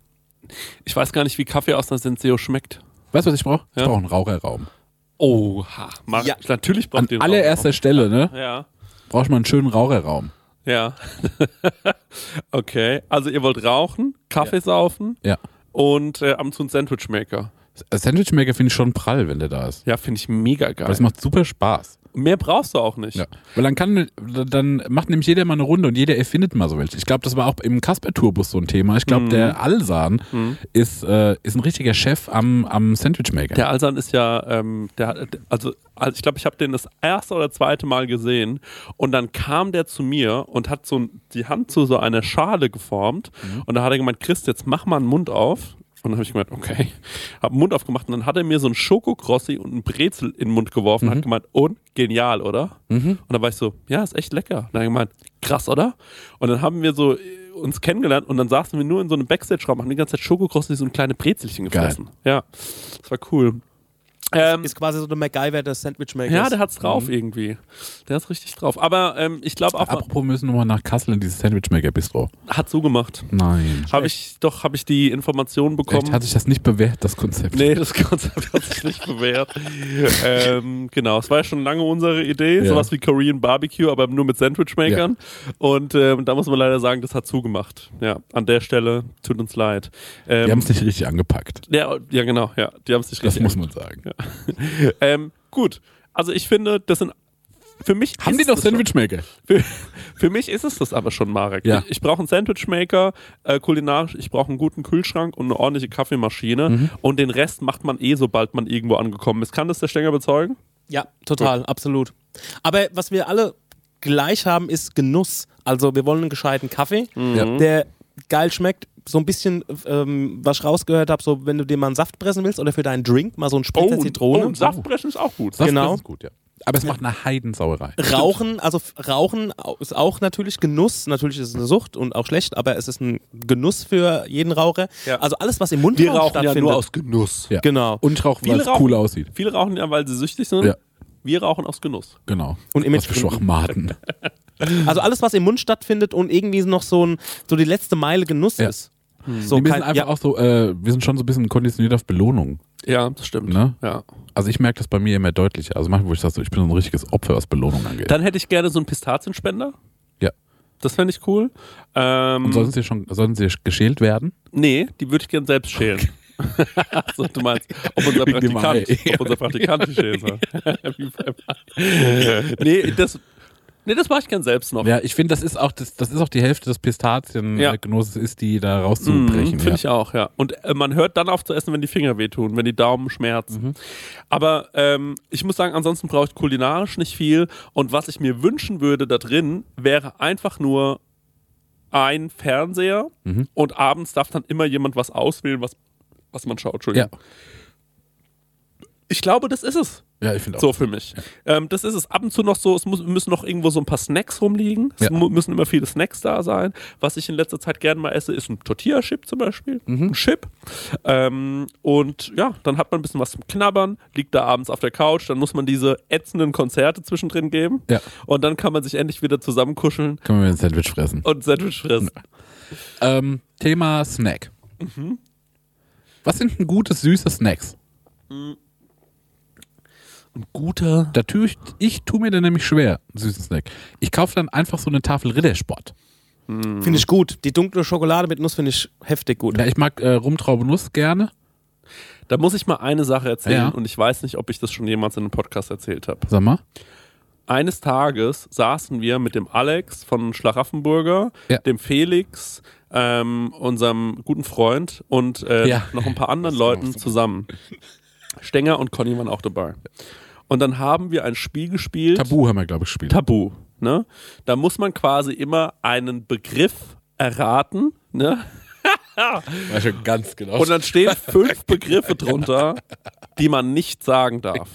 B: Ich weiß gar nicht, wie Kaffee aus einer Senseo schmeckt.
A: Weißt du, was ich brauche? Ich
B: Ja.
A: brauche einen Raucherraum.
B: Oha, Mar
D: Ja.
B: natürlich braucht
A: An
B: den
A: allererster Stelle, ne?
B: Raum. Ja,
A: Brauche ich mal einen schönen Raucherraum.
B: ja. okay, also ihr wollt rauchen, Kaffee saufen
A: Ja.
B: und äh, ab und zu ein Sandwichmaker.
A: Sandwich Maker finde ich schon prall, wenn der da ist.
B: Ja, finde ich mega geil.
A: Weil es macht super Spaß.
B: Mehr brauchst du auch nicht.
A: Ja. Weil dann kann, dann macht nämlich jeder mal eine Runde und jeder erfindet mal so welche. Ich glaube, das war auch im Kasper-Tourbus so ein Thema.
B: Mhm.
A: Ich glaube, der Alsan ist, äh, ist ein richtiger Chef am, am Sandwichmaker.
B: Der Alsan ist ja, ähm, der, hat- also, also ich glaube, ich habe den das erste oder zweite Mal gesehen und dann kam der zu mir und hat so ein- die Hand zu so einer Schale geformt und da hat er gemeint, Chris, jetzt mach mal einen Mund auf. Und dann habe ich gemeint, okay, habe den Mund aufgemacht und dann hat er mir so ein Schokokrossi und ein Brezel in den Mund geworfen und hat gemeint, und genial, oder? Und dann war ich so, ja, ist echt lecker. Und dann hat er gemeint, krass, oder? Und dann haben wir so äh, uns kennengelernt und dann saßen wir nur in so einem Backstage-Raum, haben die ganze Zeit Schokokrossis und kleine Brezelchen
A: Geil.
B: gefressen. Ja, das war cool. Ähm,
D: Ist quasi so eine MacGyver des Sandwichmakers.
B: ja, der hat's
A: mhm.
B: drauf irgendwie. Der hat's richtig drauf. Aber ähm, ich glaube auch,
A: Apropos, wir müssen nochmal nach Kassel in dieses Sandwichmaker-Bistro.
B: hat zugemacht.
A: Nein.
B: Habe ich doch, habe ich die Information
A: Echt,
B: bekommen.
A: hat sich das nicht bewährt, das Konzept.
B: nee, das Konzept hat sich nicht bewährt. ähm, genau, es war ja schon lange unsere Idee,
A: Ja.
B: sowas wie Korean Barbecue, aber nur mit Sandwichmakern. Und ähm, da muss man leider sagen, das hat zugemacht. Ja, an der Stelle tut uns leid.
A: Die haben
B: Ähm,
A: es nicht richtig angepackt.
B: ja, ja, genau, ja, die haben es nicht
A: Das
B: richtig.
A: muss man sagen.
B: ähm, gut, also ich finde, das sind für mich
A: Haben
B: ist
A: die noch
B: das schon-
A: Sandwichmaker?
B: Für, für mich ist es das aber schon, Marek.
A: Ja.
B: Ich, ich brauche einen Sandwichmaker, äh, kulinarisch, ich brauche einen guten Kühlschrank und eine ordentliche Kaffeemaschine.
A: Mhm.
B: Und den Rest macht man eh, sobald man irgendwo angekommen ist. Kann das der Stenger bezeugen?
D: Ja, total, absolut. Aber was wir alle gleich haben, ist Genuss. Also wir wollen einen gescheiten Kaffee,
B: Mhm.
A: Ja.
D: der geil schmeckt. So ein bisschen, ähm, was ich rausgehört habe, so wenn du dir mal einen Saft pressen willst oder für deinen Drink mal so einen Spritzer Zitrone.
B: oh, und Saftbrechen ist auch gut.
A: Das
D: Genau.
A: ist gut, ja. Aber es macht eine Heidensauerei.
D: Rauchen, also f- Rauchen au- ist auch natürlich Genuss. Natürlich ist es eine Sucht und auch schlecht, aber es ist ein Genuss für jeden Raucher.
B: Ja.
D: Also alles, was im Mundraum stattfindet.
B: Genuss.
A: Ja.
D: Genau.
A: Und rauchen,
B: Viele
A: weil es
B: rauchen.
A: cool aussieht.
B: Viele rauchen ja, weil sie süchtig sind.
A: Ja.
B: Wir rauchen aus Genuss.
A: Genau.
D: Und Image-
A: Was für Schwachmaten.
D: Also alles, was im Mund stattfindet und irgendwie noch so, ein, so die letzte Meile Genuss
A: Ja.
D: ist. So
A: Nee, wir sind
D: kein-
A: einfach
D: ja.
A: auch so, äh, wir sind schon so ein bisschen konditioniert auf Belohnung.
B: Ja, das stimmt.
A: Ne?
B: Ja.
A: Also ich merke das bei mir immer deutlicher. Also manchmal, wo ich sage, so, ich bin so ein richtiges Opfer, was Belohnung angeht.
B: Dann hätte ich gerne so einen Pistazienspender.
A: ja.
B: Das fände ich cool. Ähm,
A: Und sollen sie schon, sollen sie geschält werden?
B: Nee, die würde ich gern selbst schälen. so, du meinst, ob unser
A: Wegen dem
B: Praktikant,
A: Ei.
B: ob unser Praktikant die schälen soll. Wie beim Ei. nee, das, nee, das mache ich gern selbst noch.
A: Ja, ich finde, das ist auch das, das ist auch die Hälfte des
B: Ja.
A: Pistazien-Genusses ist, die da rauszubrechen.
B: Mhm,
A: ja.
B: Finde ich auch, ja. Und äh, man hört dann auf zu essen, wenn die Finger wehtun, wenn die Daumen schmerzen. Aber ähm, ich muss sagen, ansonsten brauche ich kulinarisch nicht viel. Und was ich mir wünschen würde da drin, wäre einfach nur ein Fernseher und abends darf dann immer jemand was auswählen, was, was man schaut. Entschuldigung.
A: Ja.
B: Ich glaube, das ist es.
A: Ja, ich finde auch.
B: So für mich. Ähm, das ist es. Ab und zu noch so, es muss, müssen noch irgendwo so ein paar Snacks rumliegen. Es
A: Ja.
B: mu- müssen immer viele Snacks da sein. Was ich in letzter Zeit gerne mal esse, ist ein Tortilla-Chip zum Beispiel.
A: Mhm.
B: Ein Chip. Ähm, und ja, dann hat man ein bisschen was zum Knabbern, liegt da abends auf der Couch, dann muss man diese ätzenden Konzerte zwischendrin geben.
A: Ja.
B: Und dann kann man sich endlich wieder zusammenkuscheln
A: Können wir ein Sandwich fressen.
B: und ein Sandwich fressen.
A: Ähm, Thema Snack. Was sind denn gute, süße Snacks?
B: Ein guter.
A: Da tue ich, ich tue mir dann nämlich schwer, einen süßen Snack. Ich kaufe dann einfach so eine Tafel Rittersport.
D: Finde ich gut. Mhm. Die dunkle Schokolade mit Nuss finde ich heftig gut.
A: Ja, ich mag äh, Rumtraube Nuss gerne.
B: Da muss ich mal eine Sache erzählen
A: Ja.
B: und ich weiß nicht, ob ich das schon jemals in einem Podcast erzählt habe.
A: Sag mal.
B: eines Tages saßen wir mit dem Alex von Schlaraffenburger,
A: Ja.
B: dem Felix, ähm, unserem guten Freund und äh,
A: Ja.
B: noch ein paar anderen Leuten zusammen. Stenger und Conny waren auch dabei. Und dann haben wir ein Spiel gespielt.
A: Tabu haben wir, glaube ich, gespielt.
B: Tabu. Ne? Da muss man quasi immer einen Begriff erraten. Ne?
A: War schon ganz genau.
B: Und dann stehen fünf Begriffe drunter, die man nicht sagen darf.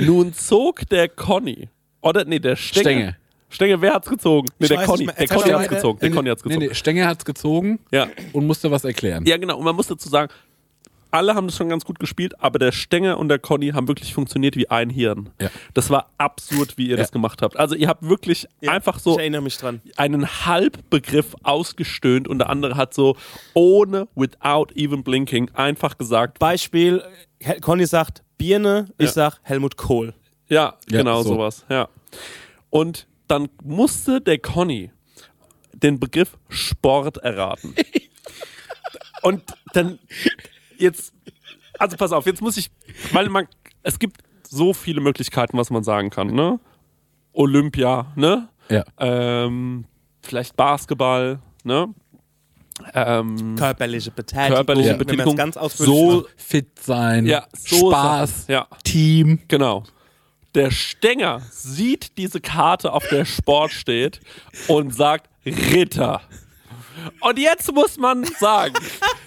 B: Nun zog der Conny, oder nee, der Stenger.
A: Stenge.
B: Stenge. wer hat's gezogen? Nee,
D: Ich
B: der
D: weiß
B: Conny.
D: nicht mehr.
B: Der
D: Erzähl
B: Conny
D: mal
B: hat's
D: weiter.
B: gezogen. Der Conny hat's
A: Nee,
B: gezogen.
A: nee, Stenger hat's gezogen
B: Ja.
A: und musste was erklären.
B: ja, genau. Und man muss dazu sagen, alle haben das schon ganz gut gespielt, aber der Stenger und der Conny haben wirklich funktioniert wie ein Hirn.
A: Ja.
B: Das war absurd, wie ihr das gemacht habt. Also ihr habt wirklich einfach so
D: Ich erinnere mich dran.
B: einen Halbbegriff ausgestöhnt und der andere hat so ohne, without even blinking einfach gesagt,
D: Beispiel, Hel- Conny sagt Birne, ich sag Helmut Kohl.
B: Ja,
A: Ja,
B: genau
A: so.
B: sowas. Ja. Und dann musste der Conny den Begriff Sport erraten. Und dann jetzt, also pass auf, jetzt muss ich, weil man, es gibt so viele Möglichkeiten, was man sagen kann, ne? Olympia, ne?
A: Ja.
B: Ähm, vielleicht Basketball, ne? Ähm,
D: Körperliche Betätigung.
B: Körperliche
D: Wenn man
B: Betätigung.
D: es ganz ausführlich
B: so,
D: macht.
A: Fit sein,
B: ja, so
A: Spaß,
B: Ja.
A: Team.
B: Genau. Der Stenger sieht diese Karte, auf der Sport steht, und sagt Ritter. Und jetzt muss man sagen,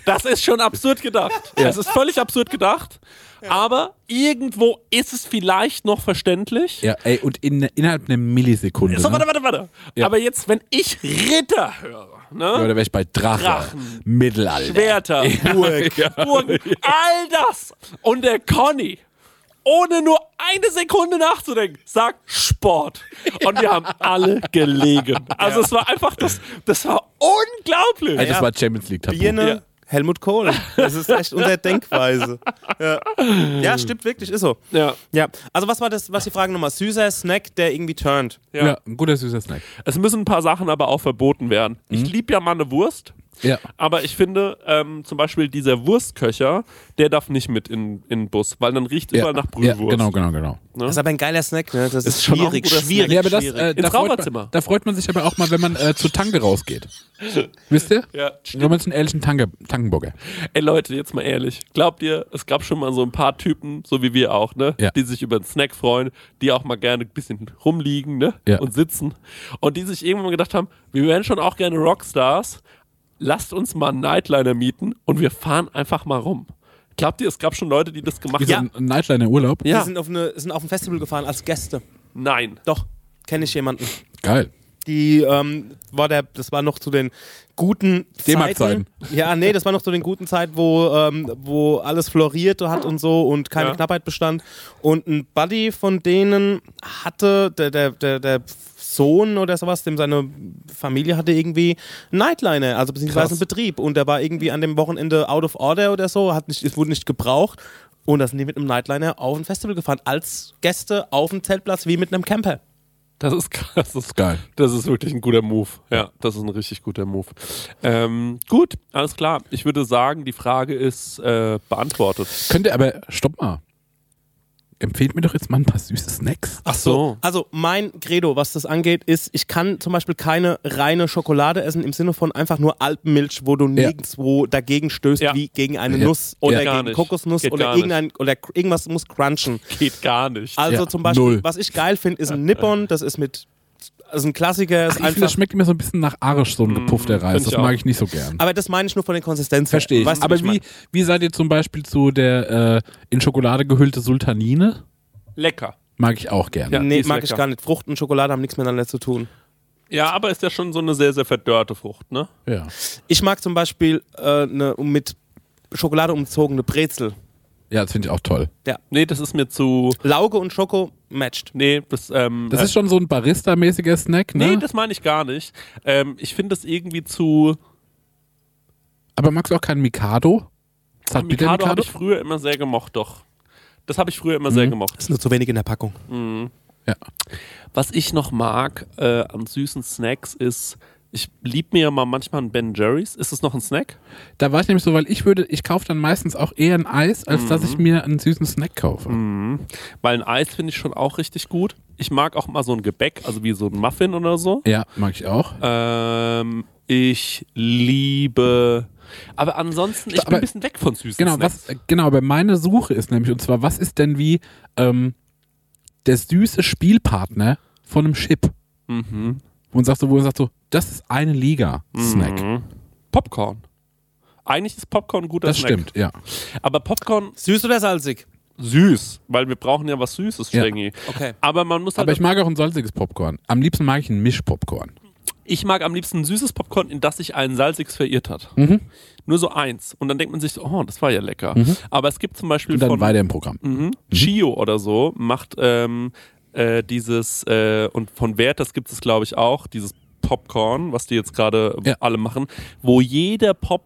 B: das ist schon absurd gedacht. Es ist völlig absurd gedacht, aber irgendwo ist es vielleicht noch verständlich.
A: Ja, ey, und in, innerhalb einer Millisekunde.
B: So,
A: ne?
B: warte, warte, warte. Aber jetzt, wenn ich Ritter höre,
A: Ja,
B: ne?
A: da wäre ich bei Drache.
B: Drachen.
A: Mittelalter.
B: Schwerter, Burg, Burgen, all das. Und der Conny, ohne nur eine Sekunde nachzudenken, sagt Sport. Und wir haben alle gelegen. Also es war einfach, das, das war unglaublich.
A: Ey, das war Champions League Tabu.
D: Birne,
B: Ja.
D: Helmut Kohl. Das ist echt unsere Denkweise. Ja. ja, stimmt wirklich, ist so.
B: Ja.
D: Ja, also was war das, was die Frage nochmal? Süßer Snack, der irgendwie turnt.
A: Ja. ein guter süßer Snack.
B: Es müssen ein paar Sachen aber auch verboten werden.
A: Mhm.
B: Ich liebe ja mal eine Wurst.
A: Ja.
B: Aber ich finde, ähm, zum Beispiel dieser Wurstköcher, der darf nicht mit in, in den Bus, weil dann riecht
A: ja.
B: überall nach Brühwurst.
A: Ja, genau, genau, genau.
D: Das ist aber ein geiler Snack, ne? Das ist,
B: Ist schon auch ein
D: schwierig,
B: guter Snack.
D: schwierig,
A: Ja, aber das,
D: schwierig.
A: äh, da,
B: Ins
A: freut
B: Raucherzimmer.
A: man, da freut man sich aber auch mal, wenn man äh, zu Tanke rausgeht. Wisst ihr?
B: Ja,
A: Wenn man zu einem ehrlichen Tanke, Tankenburger.
B: Ey Leute, jetzt mal ehrlich. Glaubt ihr, es gab schon mal so ein paar Typen, so wie wir auch, ne?
A: Ja.
B: Die sich über einen Snack freuen, die auch mal gerne ein bisschen rumliegen, ne?
A: Ja.
B: Und sitzen. Und die sich irgendwann mal gedacht haben, wir wären schon auch gerne Rockstars. Lasst uns mal einen Nightliner mieten und wir fahren einfach mal rum. Glaubt ihr, es gab schon Leute, die das
A: Wie
B: gemacht
A: so
D: Ja.
B: haben?
A: ein Nightliner Urlaub.
D: Wir
B: Ja.
D: sind auf, eine, sind auf ein Festival gefahren als Gäste.
B: Nein.
D: Doch, kenne ich jemanden.
A: Geil.
D: Die ähm, war der, das war noch zu den guten
A: D-Mark-Zeiten.
D: Zeiten. Ja, nee, das war noch zu den guten Zeiten, wo, ähm, wo alles floriert hat und so und keine
B: Ja.
D: Knappheit bestand. Und ein Buddy von denen hatte, der, der, der, der Sohn oder sowas, dem seine Familie hatte irgendwie einen Nightliner, also beziehungsweise einen Betrieb. Und der war irgendwie an dem Wochenende out of order oder so, hat nicht, es wurde nicht gebraucht. Und da sind die mit einem Nightliner auf ein Festival gefahren, als Gäste auf dem Zeltplatz wie mit einem Camper.
B: Das ist krass. Das ist
A: Geil.
B: Das ist wirklich ein guter Move. Ja, das ist ein richtig guter Move. Ähm, gut, alles klar. Ich würde sagen, die Frage ist äh, beantwortet.
A: Könnt ihr aber, stopp mal. Empfehlt mir doch jetzt mal ein paar süße Snacks.
B: Ach so.
D: Also mein Credo, was das angeht, ist, ich kann zum Beispiel keine reine Schokolade essen im Sinne von einfach nur Alpenmilch, wo du
A: Ja.
D: nirgendwo dagegen stößt,
B: Ja.
D: wie gegen eine
A: Ja.
D: Nuss oder
B: Geht gar
D: gegen
B: nicht.
D: Kokosnuss
B: Geht
D: oder,
B: gar nicht.
D: irgendein, oder k- irgendwas muss crunchen.
B: Geht gar nicht.
D: Also
A: Ja,
D: zum Beispiel,
A: null.
D: was ich geil finde, ist ein Nippon, das ist mit also ein Klassiker ist
A: Ich finde,
D: einfach.
A: das schmeckt immer so ein bisschen nach Arsch, so ein gepuffter Reis.
B: Mm, find
A: Das
B: ich auch.
A: mag ich nicht so gern.
D: aber das meine ich nur von der Konsistenz. her.
A: Verstehe ich.
D: Weißt du,
A: Aber
D: ich
A: wie,
D: meine?
A: wie seid ihr zum Beispiel zu der äh, in Schokolade gehüllte Sultanine?
B: Lecker.
A: Mag ich auch gern.
B: Ja, die
D: Nee,
B: ist
D: mag
B: lecker.
D: ich gar nicht. Frucht und Schokolade haben nichts miteinander zu tun.
B: Ja, aber ist ja schon so eine sehr, sehr verdörrte Frucht, ne?
A: Ja.
D: Ich mag zum Beispiel äh, eine mit Schokolade umzogene Brezel.
A: Ja, das finde ich auch toll.
B: Nee, das ist mir zu.
D: Lauge und Schoko matched.
B: Nee, das. Ähm,
A: Das
B: äh,
A: ist schon so ein Barista-mäßiger Snack, ne?
B: Nee, das meine ich gar nicht. Ähm, ich finde das irgendwie zu.
A: Aber magst du auch keinen Mikado? Zartbitter
B: Mikado habe
A: Mikado? Mhm.
B: ich früher immer sehr gemocht, doch. Das habe ich früher immer sehr gemocht.
D: Ist nur zu wenig in der Packung.
B: Was ich noch mag äh, an süßen Snacks ist, ich lieb mir ja mal manchmal einen Ben Jerry's. Ist das noch ein Snack?
A: Da war ich nämlich so, weil ich würde, ich kaufe dann meistens auch eher ein Eis, als dass ich mir einen süßen Snack kaufe.
B: Weil ein Eis finde ich schon auch richtig gut. Ich mag auch mal so ein Gebäck, also wie so ein Muffin oder so.
A: Ja, mag ich auch.
B: Ähm, ich liebe. Aber ansonsten, ich bin
A: Aber-
B: ein bisschen weg von süßen
A: Genau,
B: Snacks.
A: was, äh, genau, aber meine Suche ist nämlich, und zwar, was ist denn wie ähm, der süße Spielpartner von einem Chip?
B: Mhm.
A: Und sagst du, wo du sagst so, das ist eine Liga-Snack.
B: Mhm. Popcorn. Eigentlich ist Popcorn ein guter
A: Das
B: Snack.
A: stimmt, ja.
B: Aber Popcorn
D: Süß oder salzig?
B: süß, weil wir brauchen ja was Süßes,
A: Ja.
B: Strengi.
D: Okay.
B: Aber man muss halt.
A: Aber ich mag auch ein salziges Popcorn. Am liebsten mag ich ein Mischpopcorn.
B: ich mag am liebsten ein süßes Popcorn, in das sich ein salziges verirrt hat.
A: Mhm.
B: Nur so eins. Und dann denkt man sich so, oh, das war ja lecker. Aber es gibt zum Beispiel
A: Und dann
B: von
A: weiter im Programm.
B: mhm, Chio oder so, macht ähm, äh, dieses, äh, und von Wert, das gibt es glaube ich auch, dieses Popcorn, was die jetzt gerade
A: Ja.
B: alle machen, wo jeder Pop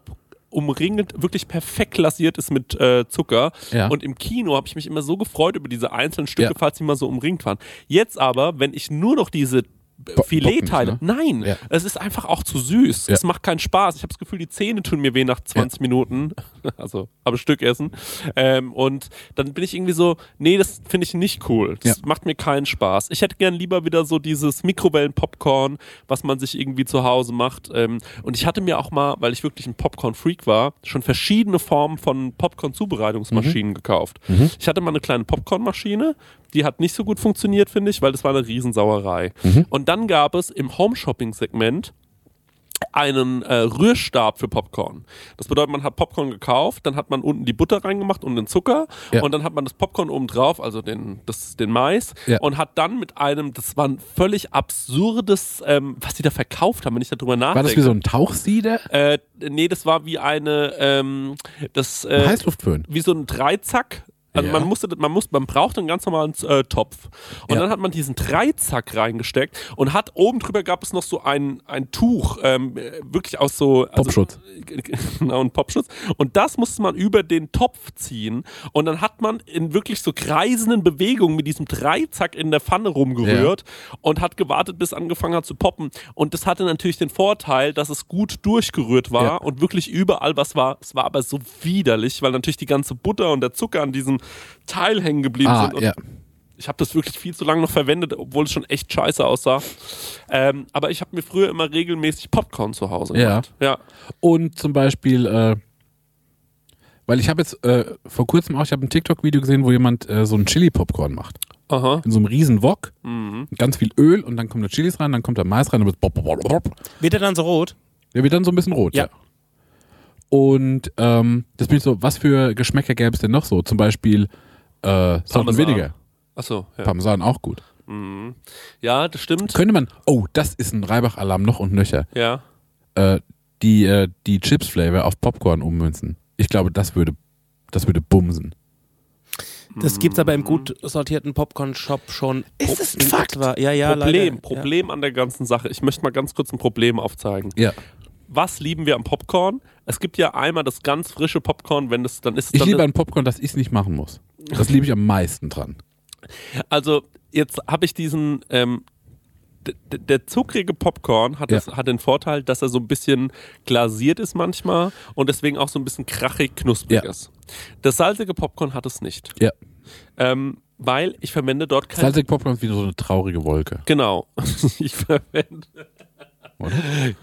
B: umringend wirklich perfekt glasiert ist mit äh, Zucker.
A: Ja.
B: Und im Kino habe ich mich immer so gefreut über diese einzelnen Stücke,
A: Ja.
B: falls die mal so umringt waren. Jetzt aber, wenn ich nur noch diese
A: Bo-
B: Filetteile.
A: Bocken,
B: Nein,
A: Ja.
B: es ist einfach auch zu süß.
A: Ja.
B: Es macht keinen Spaß. Ich habe das Gefühl, die Zähne tun mir weh nach 20 Minuten. Also am Stück essen. Ähm, und dann bin ich irgendwie so, nee, das finde ich nicht cool. Das
A: Ja.
B: macht mir keinen Spaß. Ich hätte gern lieber wieder so dieses Mikrowellen-Popcorn, was man sich irgendwie zu Hause macht. Ähm, und ich hatte mir auch mal, weil ich wirklich ein Popcorn-Freak war, schon verschiedene Formen von
A: Mhm.
B: Popcorn-Zubereitungsmaschinen gekauft. Ich hatte mal eine kleine Popcorn-Maschine, die hat nicht so gut funktioniert, finde ich, weil das war eine Riesensauerei.
A: Mhm.
B: Und dann gab es im Home-Shopping-Segment einen äh, Rührstab für Popcorn. Das bedeutet, man hat Popcorn gekauft, dann hat man unten die Butter reingemacht und den Zucker
A: Ja.
B: und dann hat man das Popcorn oben drauf, also den, das, den Mais
A: Ja.
B: und hat dann mit einem, das war ein völlig absurdes, ähm, was die da verkauft haben, wenn ich darüber nachdenke.
A: War das wie so ein Tauchsieder?
B: äh, nee, das war wie eine, ähm, das, äh,
A: Heißluftföhn.
B: wie so ein Dreizack. Also
A: Ja.
B: man musste, man muss, man braucht einen ganz normalen äh, Topf. Und
A: Ja.
B: dann hat man diesen Dreizack reingesteckt und hat oben drüber gab es noch so ein, ein Tuch, ähm, äh, wirklich aus so also,
A: Popschutz.
B: genau, ein Popschutz. Und das musste man über den Topf ziehen. Und dann hat man in wirklich so kreisenden Bewegungen mit diesem Dreizack in der Pfanne rumgerührt und hat gewartet, bis angefangen hat zu poppen. Und das hatte natürlich den Vorteil, dass es gut durchgerührt war
A: Ja.
B: und wirklich überall was war. Es war aber so widerlich, weil natürlich die ganze Butter und der Zucker an diesem Teil hängen geblieben
A: Ah,
B: sind. Und
A: ja.
B: ich habe das wirklich viel zu lange noch verwendet, obwohl es schon echt scheiße aussah. Ähm, aber ich habe mir früher immer regelmäßig Popcorn zu Hause
A: Ja.
B: gemacht. Ja.
A: Und zum Beispiel, äh, weil ich habe jetzt äh, vor kurzem auch, ich habe ein TikTok-Video gesehen, wo jemand äh, so ein Chili-Popcorn macht.
B: Aha.
A: In so einem riesen Wok.
B: Mhm.
A: Ganz viel Öl und dann kommt da Chilis rein, dann kommt da Mais rein und dann wird bop, bop, bop, bop.
D: Wird er dann so rot?
A: Der wird dann so ein bisschen rot, ja.
D: Ja.
A: Und ähm, das bin ich so, was für Geschmäcker gäbe es denn noch so? Zum Beispiel äh, Salt
B: Parmesan.
A: and Vinegar.
B: Achso, ja.
A: Parmesan auch gut.
B: Ja, das stimmt.
A: Könnte man, oh, das ist ein Reibach-Alarm noch und nöcher.
B: Ja.
A: Äh, die äh, die Chips-Flavor auf Popcorn ummünzen. Ich glaube, das würde, das würde bumsen.
D: Das gibt's aber im gut sortierten Popcorn-Shop schon. Ist es ein Fakt? Ja, ja,
B: Problem,
D: leider.
B: Problem an der ganzen Sache. Ich möchte mal ganz kurz ein Problem aufzeigen.
A: Ja.
B: Was lieben wir am Popcorn? Es gibt ja einmal das ganz frische Popcorn, wenn das dann ist.
A: Ich
B: dann
A: liebe an Popcorn, dass ich es nicht machen muss. Das liebe ich am meisten dran.
B: Also, jetzt habe ich diesen. Ähm, d- d- der zuckrige Popcorn hat,
A: Ja.
B: das, hat den Vorteil, dass er so ein bisschen glasiert ist manchmal und deswegen auch so ein bisschen krachig knusprig
A: Ja.
B: ist. Das salzige Popcorn hat es nicht.
A: Ja.
B: Ähm, weil ich verwende dort kein.
A: Salzig Popcorn ist wie so eine traurige Wolke.
B: Genau. Ich Genau. verwende.
A: oder?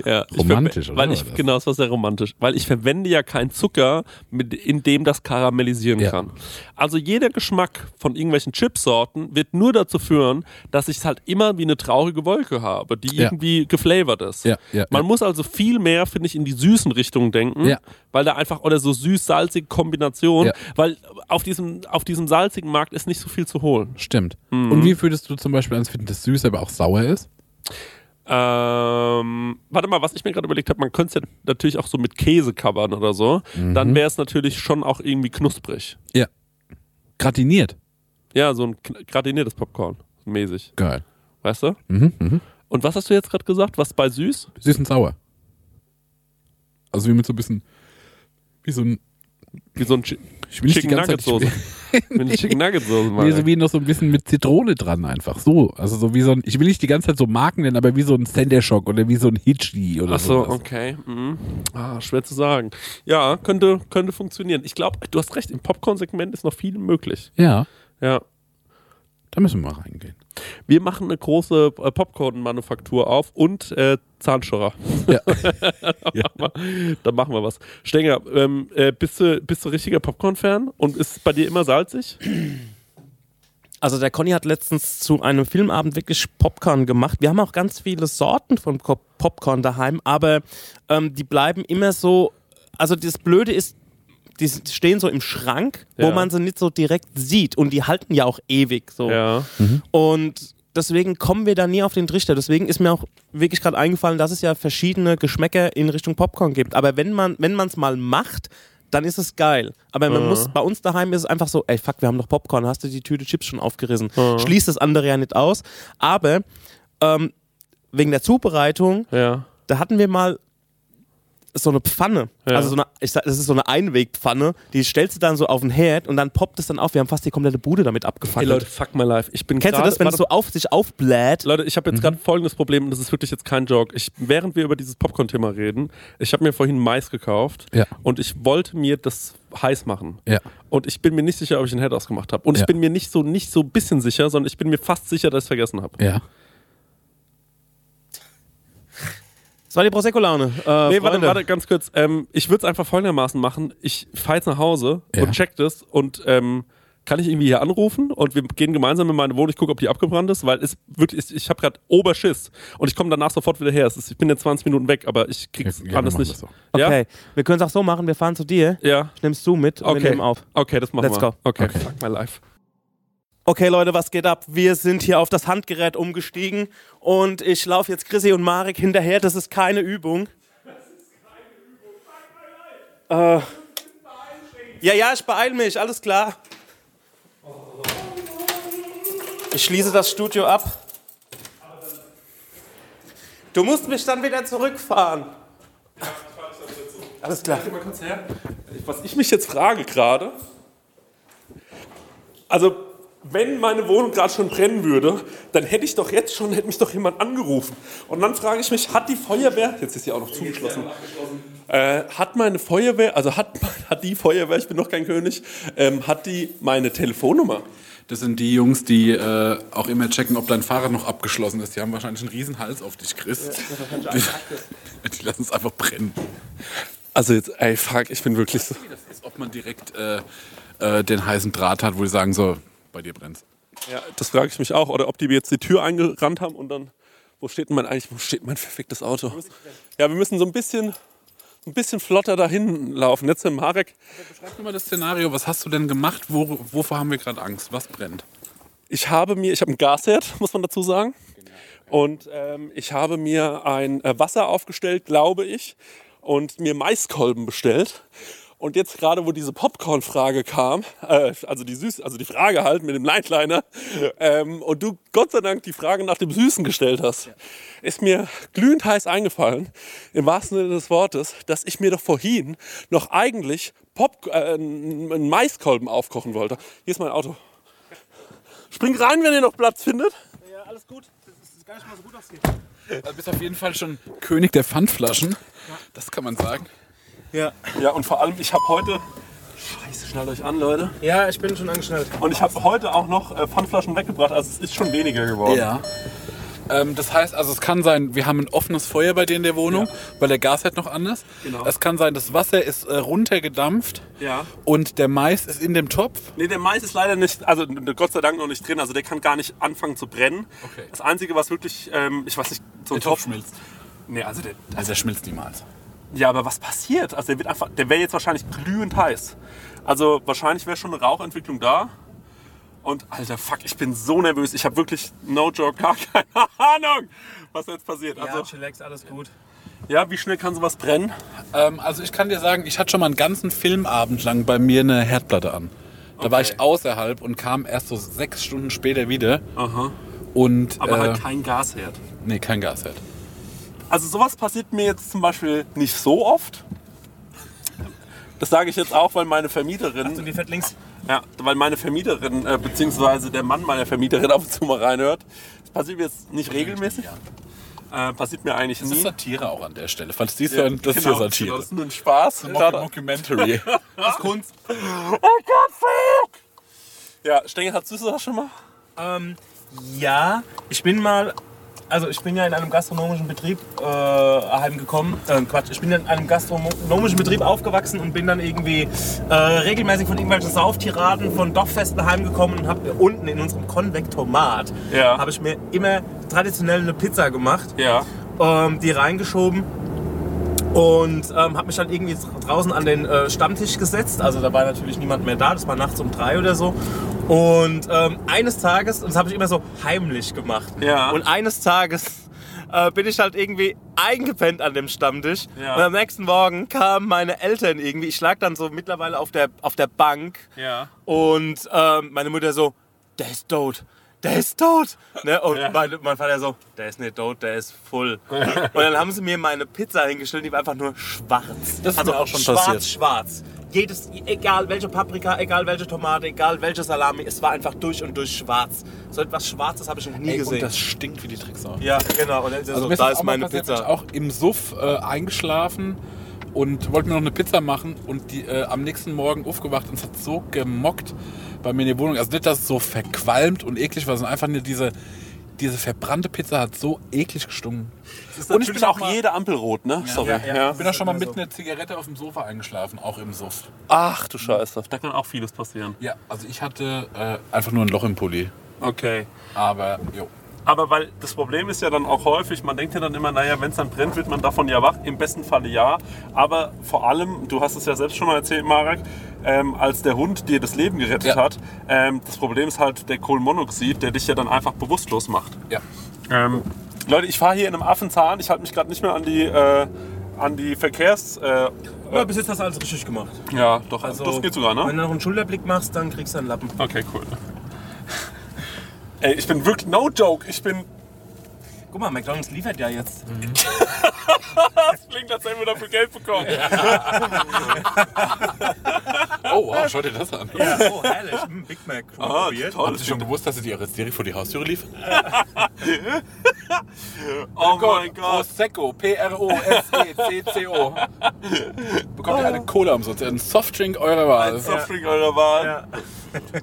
B: Ja, ich
A: Romantisch,
B: verwe-
A: oder?
B: Weil
A: War
B: ich,
A: das?
B: genau, es war sehr romantisch. Weil ich verwende ja keinen Zucker, mit, in dem das karamellisieren
A: Ja.
B: kann. Also jeder Geschmack von irgendwelchen Chipsorten wird nur dazu führen, dass ich es halt immer wie eine traurige Wolke habe, die
A: Ja.
B: irgendwie geflavored ist.
A: Ja, ja,
B: Man
A: ja.
B: muss also viel mehr, finde ich, in die süßen Richtung denken,
A: Ja.
B: weil da einfach, oder so süß-salzige Kombination,
A: Ja.
B: weil auf diesem, auf diesem salzigen Markt ist nicht so viel zu holen.
A: Stimmt.
B: Mhm.
A: Und wie würdest du zum Beispiel ans Finden, das süß, aber auch sauer ist?
B: Ähm, warte mal, was ich mir gerade überlegt habe, man könnte es ja natürlich auch so mit Käse covern oder so.
A: Mhm.
B: Dann wäre es natürlich schon auch irgendwie knusprig.
A: Ja. Gratiniert.
B: Ja, so ein kn- gratiniertes Popcorn mäßig,
A: Geil.
B: weißt du?
A: Mhm, mhm.
B: Und was hast du jetzt gerade gesagt? Was bei süß?
A: Süß und sauer. Also wie mit so ein bisschen, wie so ein,
B: Wie so ein Chi
A: ich will nicht die
B: Chicken
A: ganze
B: Nugget
A: Zeit- ich will-
B: Soße. Mit Chicken Nugget Soße
A: Nee,
B: mache.
A: so wie noch so ein bisschen mit Zitrone dran einfach. So. Also so wie so ein, ich will nicht die ganze Zeit so Marken nennen, aber wie so ein Sendershock oder wie so ein Hitchi oder
B: Ach so,
A: sowas.
B: okay. Mhm. Ah, schwer zu sagen. Ja, könnte, könnte funktionieren. Ich glaube, du hast recht, im Popcorn-Segment ist noch viel möglich.
A: Ja,
B: Ja.
A: da müssen wir mal reingehen.
B: Wir machen eine große äh, Popcorn-Manufaktur auf und äh, Zahnstocher.
A: Ja.
B: Dann machen wir was. Stenger, ähm, äh, bist, du, bist du richtiger Popcorn-Fan und ist bei dir immer salzig?
D: Also der Conny hat letztens zu einem Filmabend wirklich Popcorn gemacht. Wir haben auch ganz viele Sorten von Ko- Popcorn daheim, aber ähm, die bleiben immer so. Also das Blöde ist, die s- stehen so im Schrank, wo
B: Ja.
D: man sie nicht so direkt sieht und die halten ja auch ewig so.
B: Ja.
D: Und deswegen kommen wir da nie auf den Trichter. Deswegen ist mir auch wirklich gerade eingefallen, dass es ja verschiedene Geschmäcker in Richtung Popcorn gibt. Aber wenn man wenn man es mal macht, dann ist es geil. Aber man muss, bei uns daheim ist es einfach so, ey fuck, wir haben noch Popcorn, hast du die Tüte Chips schon aufgerissen? Schließt das andere ja nicht aus. Aber ähm, wegen der Zubereitung
B: Ja.
D: da hatten wir mal so eine Pfanne,
B: Ja.
D: also so eine, ich sag, das ist so eine Einwegpfanne, die stellst du dann so auf den Herd und dann poppt es dann auf. Wir haben fast die komplette Bude damit
B: Hey
D: abgefackelt.
B: Leute, fuck my life. Ich bin
D: Kennst du
B: gerade-
D: das, wenn es
B: warte,
D: so Mhm. auf sich aufbläht?
B: Leute, ich habe jetzt gerade folgendes Problem und das ist wirklich jetzt kein Joke. Ich, während wir über dieses Popcorn-Thema reden, ich habe mir vorhin Mais gekauft
A: Ja.
B: und ich wollte mir das heiß machen.
A: Ja.
B: Und ich bin mir nicht sicher, ob ich den Head ausgemacht habe. Und ich
A: Ja.
B: bin mir nicht so nicht so ein bisschen sicher, sondern ich bin mir fast sicher, dass ich es vergessen habe.
A: Ja.
D: Das war die Prosecco-Laune. Äh,
B: Nee, warte,
D: Freunde.
B: warte, ganz kurz. Ähm, ich würde es einfach folgendermaßen machen. Ich fahre jetzt nach Hause
A: Ja.
B: und check das und ähm, kann ich irgendwie hier anrufen und wir gehen gemeinsam in meine Wohnung. Ich gucke, ob die abgebrannt ist, weil es wirklich, ich, ich habe gerade Oberschiss und ich komme danach sofort wieder her. Es ist, ich bin jetzt 20 Minuten weg, aber ich krieg's
A: Ja, ja, wir
B: anders
A: machen
B: nicht.
A: das so.
D: Okay, wir können es auch so machen, wir fahren zu dir,
B: Ja? Ja.
D: nimmst du mit und wir
B: Okay.
D: nehmen auf.
B: Okay, das machen
D: Let's
B: wir.
D: go.
B: Okay.
A: Okay.
B: Fuck my life.
D: Okay, Leute, was geht ab? Wir sind hier auf das Handgerät umgestiegen und ich laufe jetzt Chrissy und Marek hinterher. Das ist keine Übung. Das ist keine Übung. Äh, ja, ja, ich beeil mich, alles klar. Ich schließe das Studio ab. Du musst mich dann wieder zurückfahren. Alles klar.
B: Mal kurz her. Was ich mich jetzt frage gerade, also wenn meine Wohnung gerade schon brennen würde, dann hätte ich doch jetzt schon, hätte mich doch jemand angerufen. Und dann frage ich mich, hat die Feuerwehr, jetzt ist sie auch noch zugeschlossen, äh, hat meine Feuerwehr, also hat, hat die Feuerwehr, ich bin noch kein König, ähm, hat die meine Telefonnummer?
A: Das sind die Jungs, die äh, auch immer checken, ob dein Fahrrad noch abgeschlossen ist. Die haben wahrscheinlich einen riesen Hals auf dich, Chris. die, die lassen es einfach brennen.
B: Also jetzt, ey, fuck, ich bin wirklich so.
A: Das ist, ob man direkt äh, äh, den heißen Draht hat, wo die sagen so, bei dir brennt's.
B: Ja, das frage ich mich auch. Oder ob die mir jetzt die Tür eingerannt haben und dann, wo steht denn mein eigentlich, wo steht mein verficktes Auto? Ja, wir müssen so ein bisschen, ein bisschen flotter dahin laufen. Jetzt mit Marek.
A: Sag mal das Szenario, was hast du denn gemacht? Wo, wovor haben wir gerade Angst? Was brennt?
B: Ich habe mir, ich habe ein Gasherd, muss man dazu sagen. Und ähm, ich habe mir ein äh, Wasser aufgestellt, glaube ich, und mir Maiskolben bestellt. Und jetzt gerade, wo diese Popcorn-Frage kam, äh, also die Süß, also die Frage halt mit dem Nightliner, ähm, und du Gott sei Dank die Frage nach dem Süßen gestellt hast, ist mir glühend heiß eingefallen, im wahrsten Sinne des Wortes, dass ich mir doch vorhin noch eigentlich Pop, äh, einen Maiskolben aufkochen wollte. Hier ist mein Auto. Springt rein, wenn ihr noch Platz findet.
A: Du bist auf jeden Fall schon König der Pfandflaschen. Das kann man sagen.
B: Ja, und vor allem, ich habe heute. Scheiße, schnallt euch an, Leute.
D: Ja, ich bin schon angeschnallt.
B: Und ich habe heute auch noch äh, Pfandflaschen weggebracht, also es ist schon weniger geworden.
A: Ja. Ähm, das heißt, also es kann sein, wir haben ein offenes Feuer bei dir in der Wohnung, weil der Gasherd noch an ist.
B: Genau.
A: Es kann sein, das Wasser ist äh, runtergedampft
B: Ja.
A: und der Mais ist in dem Topf.
B: Nee, der Mais ist leider nicht, also n- Gott sei Dank noch nicht drin, also der kann gar nicht anfangen zu brennen.
A: Okay.
B: Das Einzige, was wirklich, ähm, ich weiß nicht, so ein Topf. Nee, also der,
A: Also er schmilzt niemals.
B: ja, aber was passiert? Also der wird einfach, der wäre jetzt wahrscheinlich glühend heiß. Also wahrscheinlich wäre schon eine Rauchentwicklung da. Und alter Fuck, ich bin so nervös. Ich habe wirklich, no joke, gar keine Ahnung, was jetzt passiert. Also,
D: chillax, alles gut.
B: ja, wie schnell kann sowas brennen?
A: Ähm, also ich kann dir sagen, ich hatte schon mal einen ganzen Filmabend lang bei mir eine Herdplatte an. Da war ich außerhalb und kam erst so sechs Stunden später wieder.
B: Aha.
A: Und
B: Aber
A: äh,
B: halt kein Gasherd.
A: nee, kein Gasherd.
B: Also sowas passiert mir jetzt zum Beispiel nicht so oft. Das sage ich jetzt auch, weil meine
D: Und
B: Vermieterin,
D: die fährt links.
B: ja, weil meine Vermieterin äh, beziehungsweise der Mann meiner Vermieterin ab und zu mal reinhört. Das passiert mir jetzt nicht regelmäßig. Äh, passiert mir eigentlich
A: Das ist
B: nie.
A: Satire auch an der Stelle. Falls die es
B: Ja,
A: hören, das
B: genau,
A: ist hier
B: Das
A: Satire.
B: ist nur ein Spaß. Gerade-
A: Documentary.
D: Das ist Kunst.
B: Oh Gott, fuck! Ja, Stengel, hast du das schon mal?
D: Ähm, ja, ich bin mal, also ich bin ja in einem gastronomischen Betrieb äh, heimgekommen. Äh, Quatsch, ich bin in einem gastronomischen Betrieb aufgewachsen und bin dann irgendwie äh, regelmäßig von irgendwelchen Sauftiraden von Dorffesten heimgekommen und habe unten in unserem Konvektomat
B: Ja.
D: habe ich mir immer traditionell eine Pizza gemacht
B: Ja.
D: ähm, die reingeschoben und ähm, habe mich dann irgendwie draußen an den äh, Stammtisch gesetzt. Also da war natürlich niemand mehr da, das war nachts um drei oder so. Und ähm, eines Tages, und das habe ich immer so heimlich gemacht.
B: Ja.
D: Und eines Tages äh, bin ich halt irgendwie eingepennt an dem Stammtisch.
B: Ja.
D: Und am nächsten Morgen kamen meine Eltern irgendwie. Ich lag dann so mittlerweile auf der, auf der Bank.
B: Ja.
D: Und ähm, meine Mutter so, der ist tot, der ist tot. Ne? Und
B: Ja.
D: mein, mein Vater so, der ist nicht tot, der ist voll. Und dann haben sie mir meine Pizza hingestellt, die war einfach nur schwarz.
A: Das ist mir auch schon
D: schwarz,
A: passiert.
D: schwarz. Jedes, egal welche Paprika, egal welche Tomate, egal welche Salami, es war einfach durch und durch schwarz. So etwas Schwarzes habe ich noch nie
A: Ey, und
D: gesehen.
A: das stinkt wie die Tricksau.
D: Ja, genau. Und dann ist er so,
A: mir
D: da
A: auch
D: ist
A: mal
D: meine
A: passiert, bin
D: Pizza.
A: Ich auch im Suff äh, eingeschlafen und wollte mir noch eine Pizza machen und die äh, am nächsten Morgen aufgewacht und es hat so gemockt bei mir in der Wohnung. Also nicht, dass es so verqualmt und eklig war, sondern einfach nur diese, diese verbrannte Pizza hat so eklig gestunken.
B: Und ich bin auch
A: mal-
B: jede Ampel rot, ne? Sorry.
D: Ja, ja.
A: Ich bin auch schon mal mit einer Zigarette auf dem Sofa eingeschlafen, auch im Suff.
B: Ach du Scheiße, da kann auch vieles passieren.
A: Ja, also ich hatte äh, einfach nur ein Loch im Pulli.
B: Okay.
A: Aber, jo.
B: Aber weil das Problem ist ja dann auch häufig, man denkt ja dann immer, naja, wenn es dann brennt, wird man davon ja wach. Im besten Falle ja. Aber vor allem, du hast es ja selbst schon mal erzählt, Marek, ähm, als der Hund dir das Leben gerettet
A: Ja.
B: hat, ähm, das Problem ist halt der Kohlenmonoxid, der dich ja dann einfach bewusstlos macht.
A: Ja.
B: Ähm, Leute, ich fahre hier in einem Affenzahn, ich halte mich gerade nicht mehr an die, äh, an die Verkehrs... Äh,
D: ja, bis jetzt hast du alles richtig gemacht.
B: ja, doch, also,
D: Also,
B: das geht sogar, ne?
D: Wenn du noch einen Schulterblick machst, dann kriegst du einen Lappen.
B: Okay, cool. Ey, ich bin wirklich, no joke, ich bin.
D: Guck mal, McDonalds liefert ja jetzt.
B: Das klingt, als hätten wir dafür Geld bekommen.
A: Oh, wow, schau dir das an.
D: Oh, herrlich. Hm, Big Mac. Schon mal probiert.
B: toll.
A: Hast du schon gewusst, dass sie dir auch jetzt direkt vor die Haustüre liefern?
B: Oh mein Gott.
A: Prosecco, E P-R-O-S-E-C-C-O. Bekommt ihr eine Cola umsonst, einen Softdrink eurer Wahl.
B: Softdrink eurer Wahl.
D: Ja.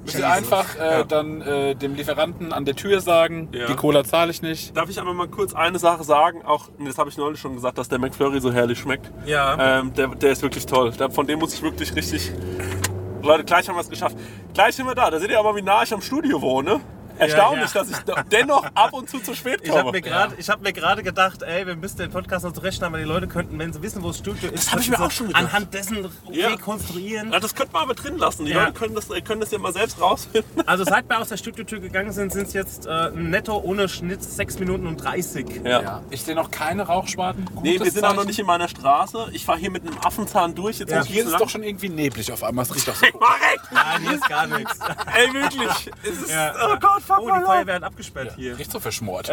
A: Müsst ihr einfach äh, dann äh, dem Lieferanten an der Tür sagen,
B: Ja.
A: die Cola zahle ich nicht.
B: Darf ich aber mal kurz eine Sache sagen? Auch, das habe ich neulich schon gesagt, dass der McFlurry so herrlich schmeckt.
D: Ja.
B: Ähm, der, der ist wirklich toll. Da- Von dem muss ich wirklich richtig. Leute, gleich haben wir es geschafft. Gleich sind wir da. Da seht ihr aber, wie nah ich am Studio wohne. Erstaunlich,
D: ja.
B: dass ich do- dennoch ab und zu zu spät
D: Ich habe
B: komme.
D: mir gerade ich hab mir gerade gedacht, ey, wir müssen den Podcast noch zurechtschneiden, weil die Leute könnten, wenn sie wissen, wo das Studio ist,
B: Das hab ich
D: könnten
B: mir
D: sie
B: auch schon gedacht.
D: anhand dessen
B: Ja.
D: rekonstruieren.
B: Na, das könnte man aber drin lassen. Die
D: Ja.
B: Leute können das, können das ja mal selbst rausfinden.
D: Also seit wir aus der Studiotür gegangen sind, sind es jetzt äh, netto ohne Schnitt 6 Minuten und 30.
A: Ja. Ich sehe noch keine Rauchschwaden. Gutes
B: Nee, wir sind auch noch
A: Zeichen.
B: nicht in meiner Straße. Ich fahre hier mit einem Affenzahn durch. Jetzt
D: Ja.
B: muss ich
A: Hier ist es
B: lang-
A: doch schon irgendwie neblig auf einmal. Es riecht doch so.
B: Hey, Marek!
D: Nein, hier ist gar nichts.
B: Ey, wirklich! Es ist,
D: Ja.
B: Oh Gott, fuck
D: Oh,
B: my
D: die Feuer
B: life!
D: werden abgesperrt hier.
A: Riecht so verschmort.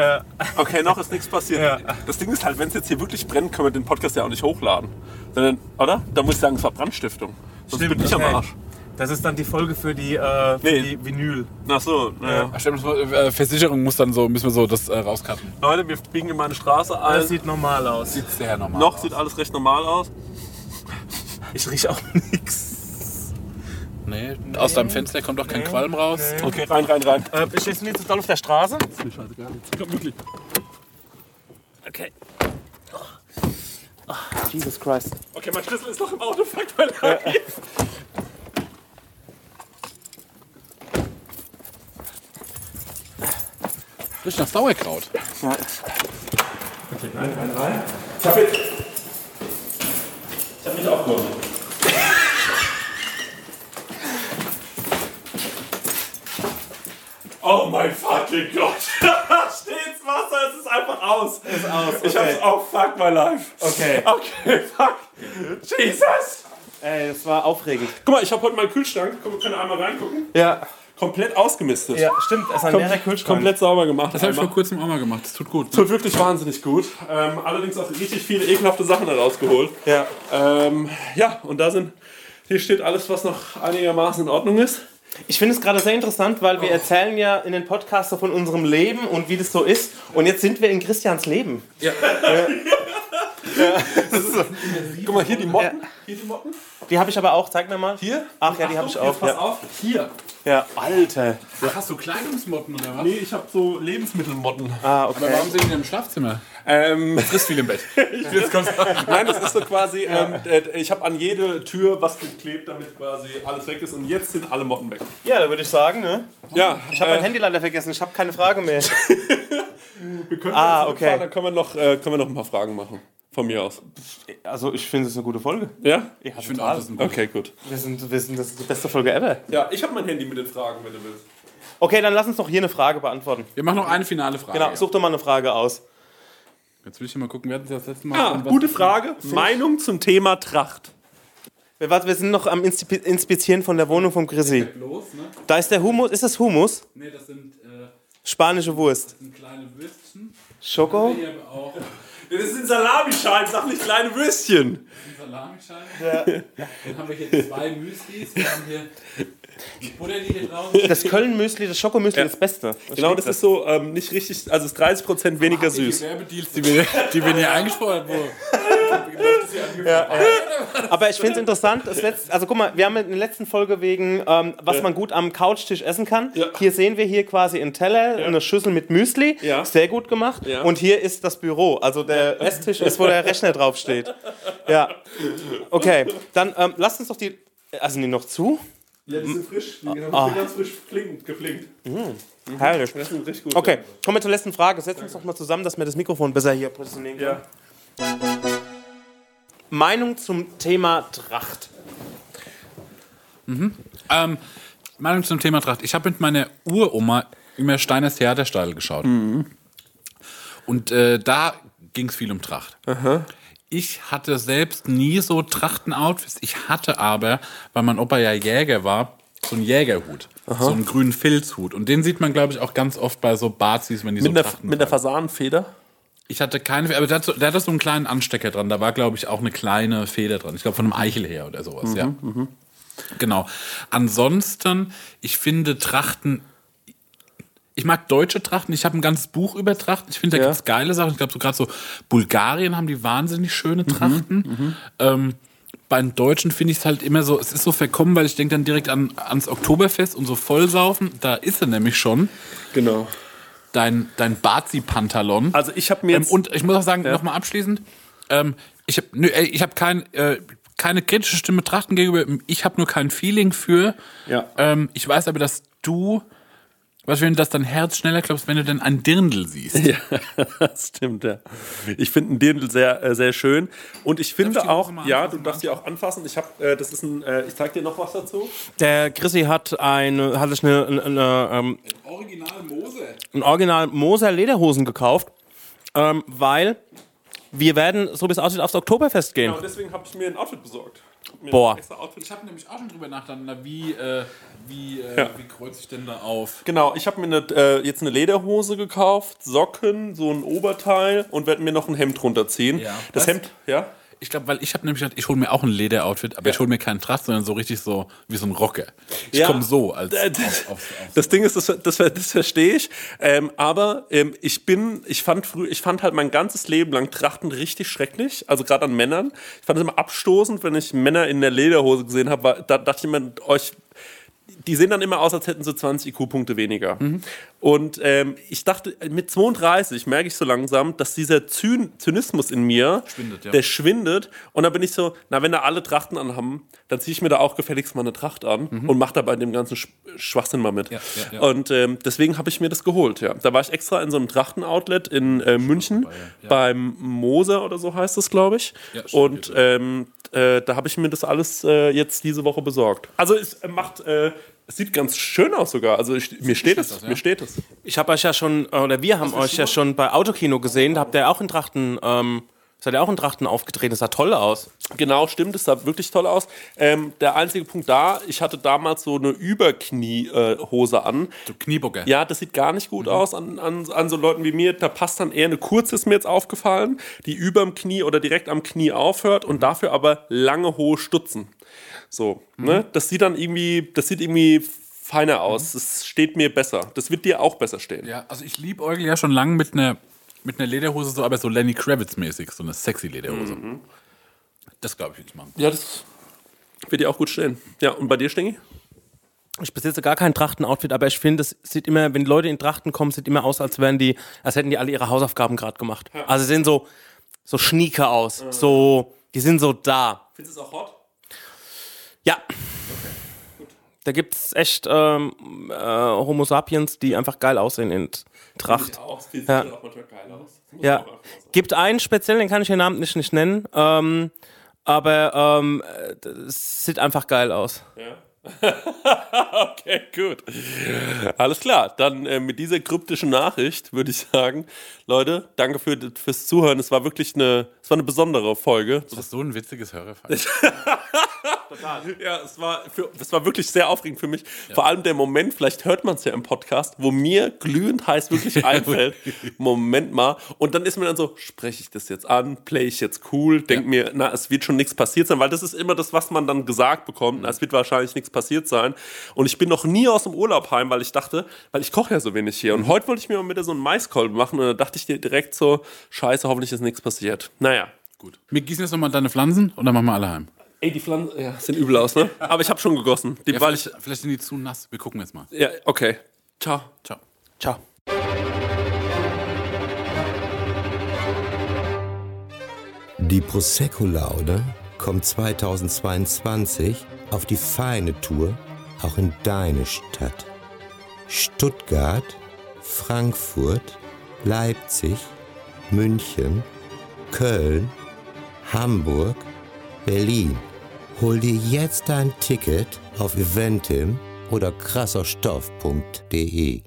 B: Okay, noch ist nichts passiert. Das Ding ist halt, wenn es jetzt hier wirklich brennt, können wir den Podcast ja auch nicht hochladen. Sondern, oder? Da muss ich sagen, es war Brandstiftung. Sonst
D: Stimmt,
B: bin ich
D: okay.
B: am Arsch.
D: Das ist dann die Folge für die, äh, für
B: Nee.
D: die Vinyl.
B: Ach so, naja.
A: Ach, stimmt, das war- äh, Versicherung muss dann so, müssen wir so das äh, rauscutten.
B: Leute, wir biegen in meine Straße
D: Das
B: ein.
D: sieht normal aus.
A: Sieht sehr normal
B: Noch
A: aus.
B: Äh, sieht alles recht normal aus.
D: Ich rieche auch nichts.
A: Nee, aus deinem Fenster kommt doch kein Qualm raus.
B: Okay, rein, rein, rein.
D: Äh, ich stehe jetzt zu doll auf der Straße.
B: Ist mir scheißegal. Jetzt kommt wirklich.
G: Okay.
D: Oh. Jesus Christ.
G: Okay, mein Schlüssel ist noch im Auto, fuck mal
A: Frisch nach Sauerkraut.
G: Oh mein fucking Gott. da steht's Wasser, es ist einfach aus. Ist aus. Ich hab's, oh fuck my life.
D: Okay.
G: Okay, fuck. Jesus.
D: Ey, das war aufregend.
B: Guck mal, ich habe heute meinen Kühlschrank. Guck, wir können einmal reingucken.
D: Ja.
B: Komplett ausgemistet.
D: Ja, stimmt. Es ist ein leerer Kühlschrank.
B: Komplett sauber gemacht.
A: Das habe ich
B: einmal.
A: vor kurzem auch mal gemacht. Das tut gut.
B: Tut wirklich wahnsinnig gut. Ähm, allerdings auch richtig viele ekelhafte Sachen da rausgeholt.
D: Ja.
B: Ähm, ja, und da sind. Hier steht alles, was noch einigermaßen in Ordnung ist.
D: Ich finde es gerade sehr interessant, weil wir erzählen ja in den Podcasts so von unserem Leben und wie das so ist. Und jetzt sind wir in Christians Leben.
B: Guck mal, hier die Motten. Hier die Motten.
D: Die habe ich aber auch, zeig mir mal.
B: Hier?
D: Ach ja, die habe ich
B: Achtung,
D: auch.
B: Hier, pass
D: Ja.
B: auf. Hier.
D: ja, Alter.
A: Also, Hast du Kleidungsmotten oder was?
B: Nee, ich habe so Lebensmittelmotten.
D: Ah,
A: Aber
D: okay.
A: warum sind die im Schlafzimmer?
B: Ähm,
A: Frisst viel im Bett.
B: Nein, das ist so quasi, ähm, äh, ich habe an jede Tür was geklebt, damit quasi alles weg ist und jetzt sind alle Motten weg.
D: Ja, da würde ich sagen, ne?
B: Ja,
D: Ich habe mein Handy leider vergessen, ich habe keine Frage mehr.
B: wir können
D: Ah,
B: jetzt
D: okay.
B: fahren, Dann können wir, noch, äh, können wir noch ein paar Fragen machen. Von mir aus.
D: Also, ich finde, es ist eine gute Folge.
B: Ja?
D: Ja, ich
A: finde auch, das ist ein
B: Okay, gut.
D: wir sind, wir sind, das ist die beste Folge ever.
B: Ja, ich habe mein Handy mit den Fragen, wenn du willst.
D: Okay, dann lass uns doch hier eine Frage beantworten.
A: Wir machen noch eine finale Frage.
D: Genau, such doch mal eine Frage aus.
A: Jetzt will ich mal gucken, wir hatten das letzte Mal.
B: Ah,
A: schon was-
B: gute Frage. Meinung zum Thema Tracht.
D: Wir, warte, wir sind noch am Inspi- Inspizieren von der Wohnung vom Chrissy.
A: Los, ne?
D: Da ist der Humus, ist das Humus?
A: Ne, das sind, äh,
D: Spanische Wurst.
A: sind kleine Würstchen.
D: Schoko?
A: Hier aber auch
B: Das sind Salamischalen, sag nicht kleine Würstchen.
A: Salamischeiben. Dann haben wir hier zwei Müslis. Wir haben hier die Butter, die hier drauf ist.
D: Das Köln-Müsli, das Schokomüsli, das Beste.
B: Genau, das ist so ähm, nicht richtig, also es ist 30% weniger süß.
A: Die Werbedeals, die wir, die wir hier eingespeuert wurden.
D: Aber ich finde es interessant, das letzte, also guck mal, wir haben in der letzten Folge wegen, ähm, was man gut am Couchtisch essen kann. Hier sehen wir hier quasi einen Teller, eine Schüssel mit Müsli,
B: Ja.
D: sehr gut gemacht.
B: Ja.
D: Und hier ist das Büro, also der Esstisch ist, wo der Rechner draufsteht. Ja, okay, dann ähm, lasst uns doch die, also die noch zu?
B: Ja, die sind frisch. Die haben ganz frisch geflinkt. geflinkt.
D: Herrlich.
B: Das sind richtig gut.
D: Okay, kommen wir zur letzten Frage. Setzen uns doch mal zusammen, dass wir das Mikrofon besser hier positionieren können.
B: Ja.
D: Meinung zum Thema Tracht.
A: Ähm, Meinung zum Thema Tracht. Ich habe mit meiner Uroma immer Steiners Theaterstadel geschaut. Und äh, da ging es viel um Tracht. Ich hatte selbst nie so Trachten-Outfits. Ich hatte aber, weil mein Opa ja Jäger war, so einen Jägerhut. So einen grünen Filzhut. Und den sieht man, glaube ich, auch ganz oft bei so Bazis, wenn die so
B: Mit, der,
A: Trachten
B: mit der
A: tragen.
B: Fasanenfeder?
A: Ich hatte keine, aber der hat, so, der hatte so einen kleinen Anstecker dran. Da war, glaube ich, auch eine kleine Feder dran. Ich glaube, von einem Eichel her oder sowas, ja. Genau. Ansonsten, ich finde Trachten. Ich mag deutsche Trachten. Ich habe ein ganzes Buch über Trachten. Ich finde, da
B: Ja.
A: gibt's geile Sachen. Ich glaube, so gerade so Bulgarien haben die wahnsinnig schöne Trachten. Ähm, bei den Deutschen finde ich es halt immer so, es ist so verkommen, weil ich denke dann direkt an, ans Oktoberfest und so Vollsaufen. Da ist er nämlich schon,
B: Genau.
A: dein, dein Bazi-Pantalon.
B: Also ich habe mir
A: Ähm,
B: jetzt
A: und ich muss auch sagen, nochmal abschließend, ähm, ich habe nö, ey, ich hab kein, äh, keine kritische Stimme Trachten gegenüber, ich habe nur kein Feeling für.
B: Ja.
A: Ähm, ich weiß aber, dass du, was wenn du das dein Herz schneller klopft, wenn du dann ein Dirndl siehst.
B: Ja, das stimmt, ja. Ich finde einen Dirndl sehr, äh, sehr schön. Und ich finde
A: die
B: auch,
A: Hose mal
B: ja,
A: anfassen,
B: du darfst die auch anfassen. Ich hab, äh, das ist ein, äh, ich zeig dir noch was dazu.
D: Der Chrissy hat eine, hat sich eine, eine, eine ähm,
A: Original Mose.
D: ein Original Moser Lederhosen gekauft, ähm, weil wir werden, so wie es aussieht, aufs Oktoberfest
B: Ja,
D: gehen.
B: und Genau, deswegen habe ich mir ein Outfit besorgt. Mir
D: Boah.
B: ein extra Outfit.
A: Ich habe nämlich auch schon drüber nachgedacht, wie, äh, wie, äh,
B: Ja.
A: wie kreuze ich denn da auf?
B: Genau, ich habe mir eine, äh, jetzt eine Lederhose gekauft, Socken, so ein Oberteil und werde mir noch ein Hemd runterziehen.
A: Ja.
B: Das
A: Was?
B: Hemd, ja.
A: Ich glaube, weil ich habe nämlich gedacht, ich hole mir auch ein Lederoutfit, aber ich hole mir keinen Tracht, sondern so richtig so wie so ein Rocker. Ich
B: Ja.
A: komme so als
B: Äh,
A: auf, auf, auf,
B: Das Ding ist, das, das, das verstehe ich. Ähm, aber ähm, ich bin, ich fand früh, ich fand halt mein ganzes Leben lang Trachten richtig schrecklich. Also gerade an Männern. Ich fand es immer abstoßend, wenn ich Männer in der Lederhose gesehen habe, weil da dachte ich immer, euch. die sehen dann immer aus, als hätten sie 20 IQ-Punkte weniger. Und ähm, ich dachte, mit 32 merke ich so langsam, dass dieser Zyn Zynismus in mir,
H: Schwindet, ja.
B: der schwindet. Und dann bin ich so, na, wenn da alle Trachten anhaben, dann ziehe ich mir da auch gefälligst mal eine Tracht an und mache da bei dem ganzen Sch Schwachsinn mal mit.
H: Mhm. Ja, ja, ja.
B: Und ähm, deswegen habe ich mir das geholt, ja. Da war ich extra in so einem Trachten-Outlet in äh, München, beim Moser oder so heißt es, glaube ich.
H: Ja, stimmt,
B: und ähm, äh, da habe ich mir das alles äh, jetzt diese Woche besorgt. Also es macht, äh, es sieht ganz schön aus sogar. Also ich, mir steht es, mir steht es.
D: Ich habe euch ja schon, äh, oder wir haben euch ja schon bei Autokino gesehen, da habt ihr auch in Trachten, ähm, seid ihr auch in Trachten aufgetreten, das sah toll aus.
B: Genau, stimmt, es sah wirklich toll aus. Ähm, der einzige Punkt da, ich hatte damals so eine Überkniehose äh, Hose an.
H: Du Kniebocker.
B: Ja, das sieht gar nicht gut aus an, an, an so Leuten wie mir. Da passt dann eher eine kurze, ist mir jetzt aufgefallen, die überm Knie oder direkt am Knie aufhört und dafür aber lange, hohe Stutzen. So, ne? Das sieht dann irgendwie, das sieht irgendwie feiner aus. Es steht mir besser. Das wird dir auch besser stehen.
H: Ja, also ich liebe Eugel ja schon lange mit einer mit einer Lederhose, so, aber so Lenny Kravitz-mäßig, so eine sexy Lederhose.
B: Mhm.
H: Das glaube ich, will ich machen.
B: Ja, das wird dir auch gut stehen. Ja, und bei dir, Stengi?
D: Ich besitze gar kein Trachten-Outfit, aber ich finde, es sieht immer, wenn Leute in Trachten kommen, sieht immer aus, als wären die, als hätten die alle ihre Hausaufgaben gerade gemacht. Also sehen so, so schnieke aus, so, die sind so da.
B: Findest du es auch hot?
D: Ja. Da gibt's echt ähm, äh, Homo sapiens, die einfach geil aussehen in Tracht.
B: Auch, sieht
D: Ja.
B: auch manchmal geil aus.
D: Ja. Gibt einen speziell, den kann ich den Namen nicht, nicht nennen, ähm, aber ähm, äh, das sieht einfach geil aus.
B: okay, gut. Alles klar, dann äh, mit dieser kryptischen Nachricht würde ich sagen, Leute, danke für, fürs Zuhören. Es war wirklich eine, es war eine besondere Folge.
H: Das ist so ein witziges Hörerfall.
B: Ja, es war, für, es war wirklich sehr aufregend für mich. Vor allem der Moment, vielleicht hört man es ja im Podcast, wo mir glühend heiß wirklich einfällt, Moment mal. Und dann ist mir dann so, spreche ich das jetzt an, play ich jetzt cool, denk mir, na, es wird schon nichts passiert sein, weil das ist immer das, was man dann gesagt bekommt, na, es wird wahrscheinlich nichts passiert sein. Und ich bin noch nie aus dem Urlaub heim, weil ich dachte, weil ich koche ja so wenig hier. Und heute wollte ich mir mal wieder so einen Maiskolben machen und da dachte ich dir direkt so, scheiße, hoffentlich ist nichts passiert. Naja.
H: Gut. Wir gießen jetzt nochmal deine Pflanzen und dann machen wir alle heim.
B: Ey, die Pflanzen ja, sehen übel aus, ne? Aber ich habe schon gegossen, die,
H: Ja,
B: weil ich
H: vielleicht, vielleicht sind die zu nass. Wir gucken jetzt mal.
B: Ja, okay. Ciao.
H: Ciao.
D: Ciao.
I: Die Prosecco Laude kommt 2022 auf die feine Tour auch in deine Stadt. Stuttgart, Frankfurt, Leipzig, München, Köln, Hamburg, Berlin. Hol dir jetzt dein Ticket auf eventim oder krasserstoff.de.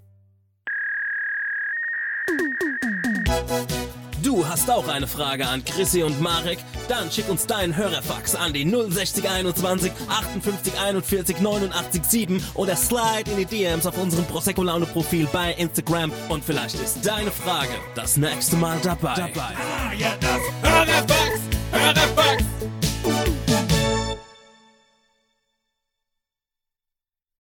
J: Du hast auch eine Frage an Chrissy und Marek? Dann schick uns deinen Hörerfax an die 06021 58 41 89 7 oder slide in die DMs auf unserem Prosecco Laune Profil bei Instagram und vielleicht ist deine Frage das nächste Mal dabei.
E: Hörerfax,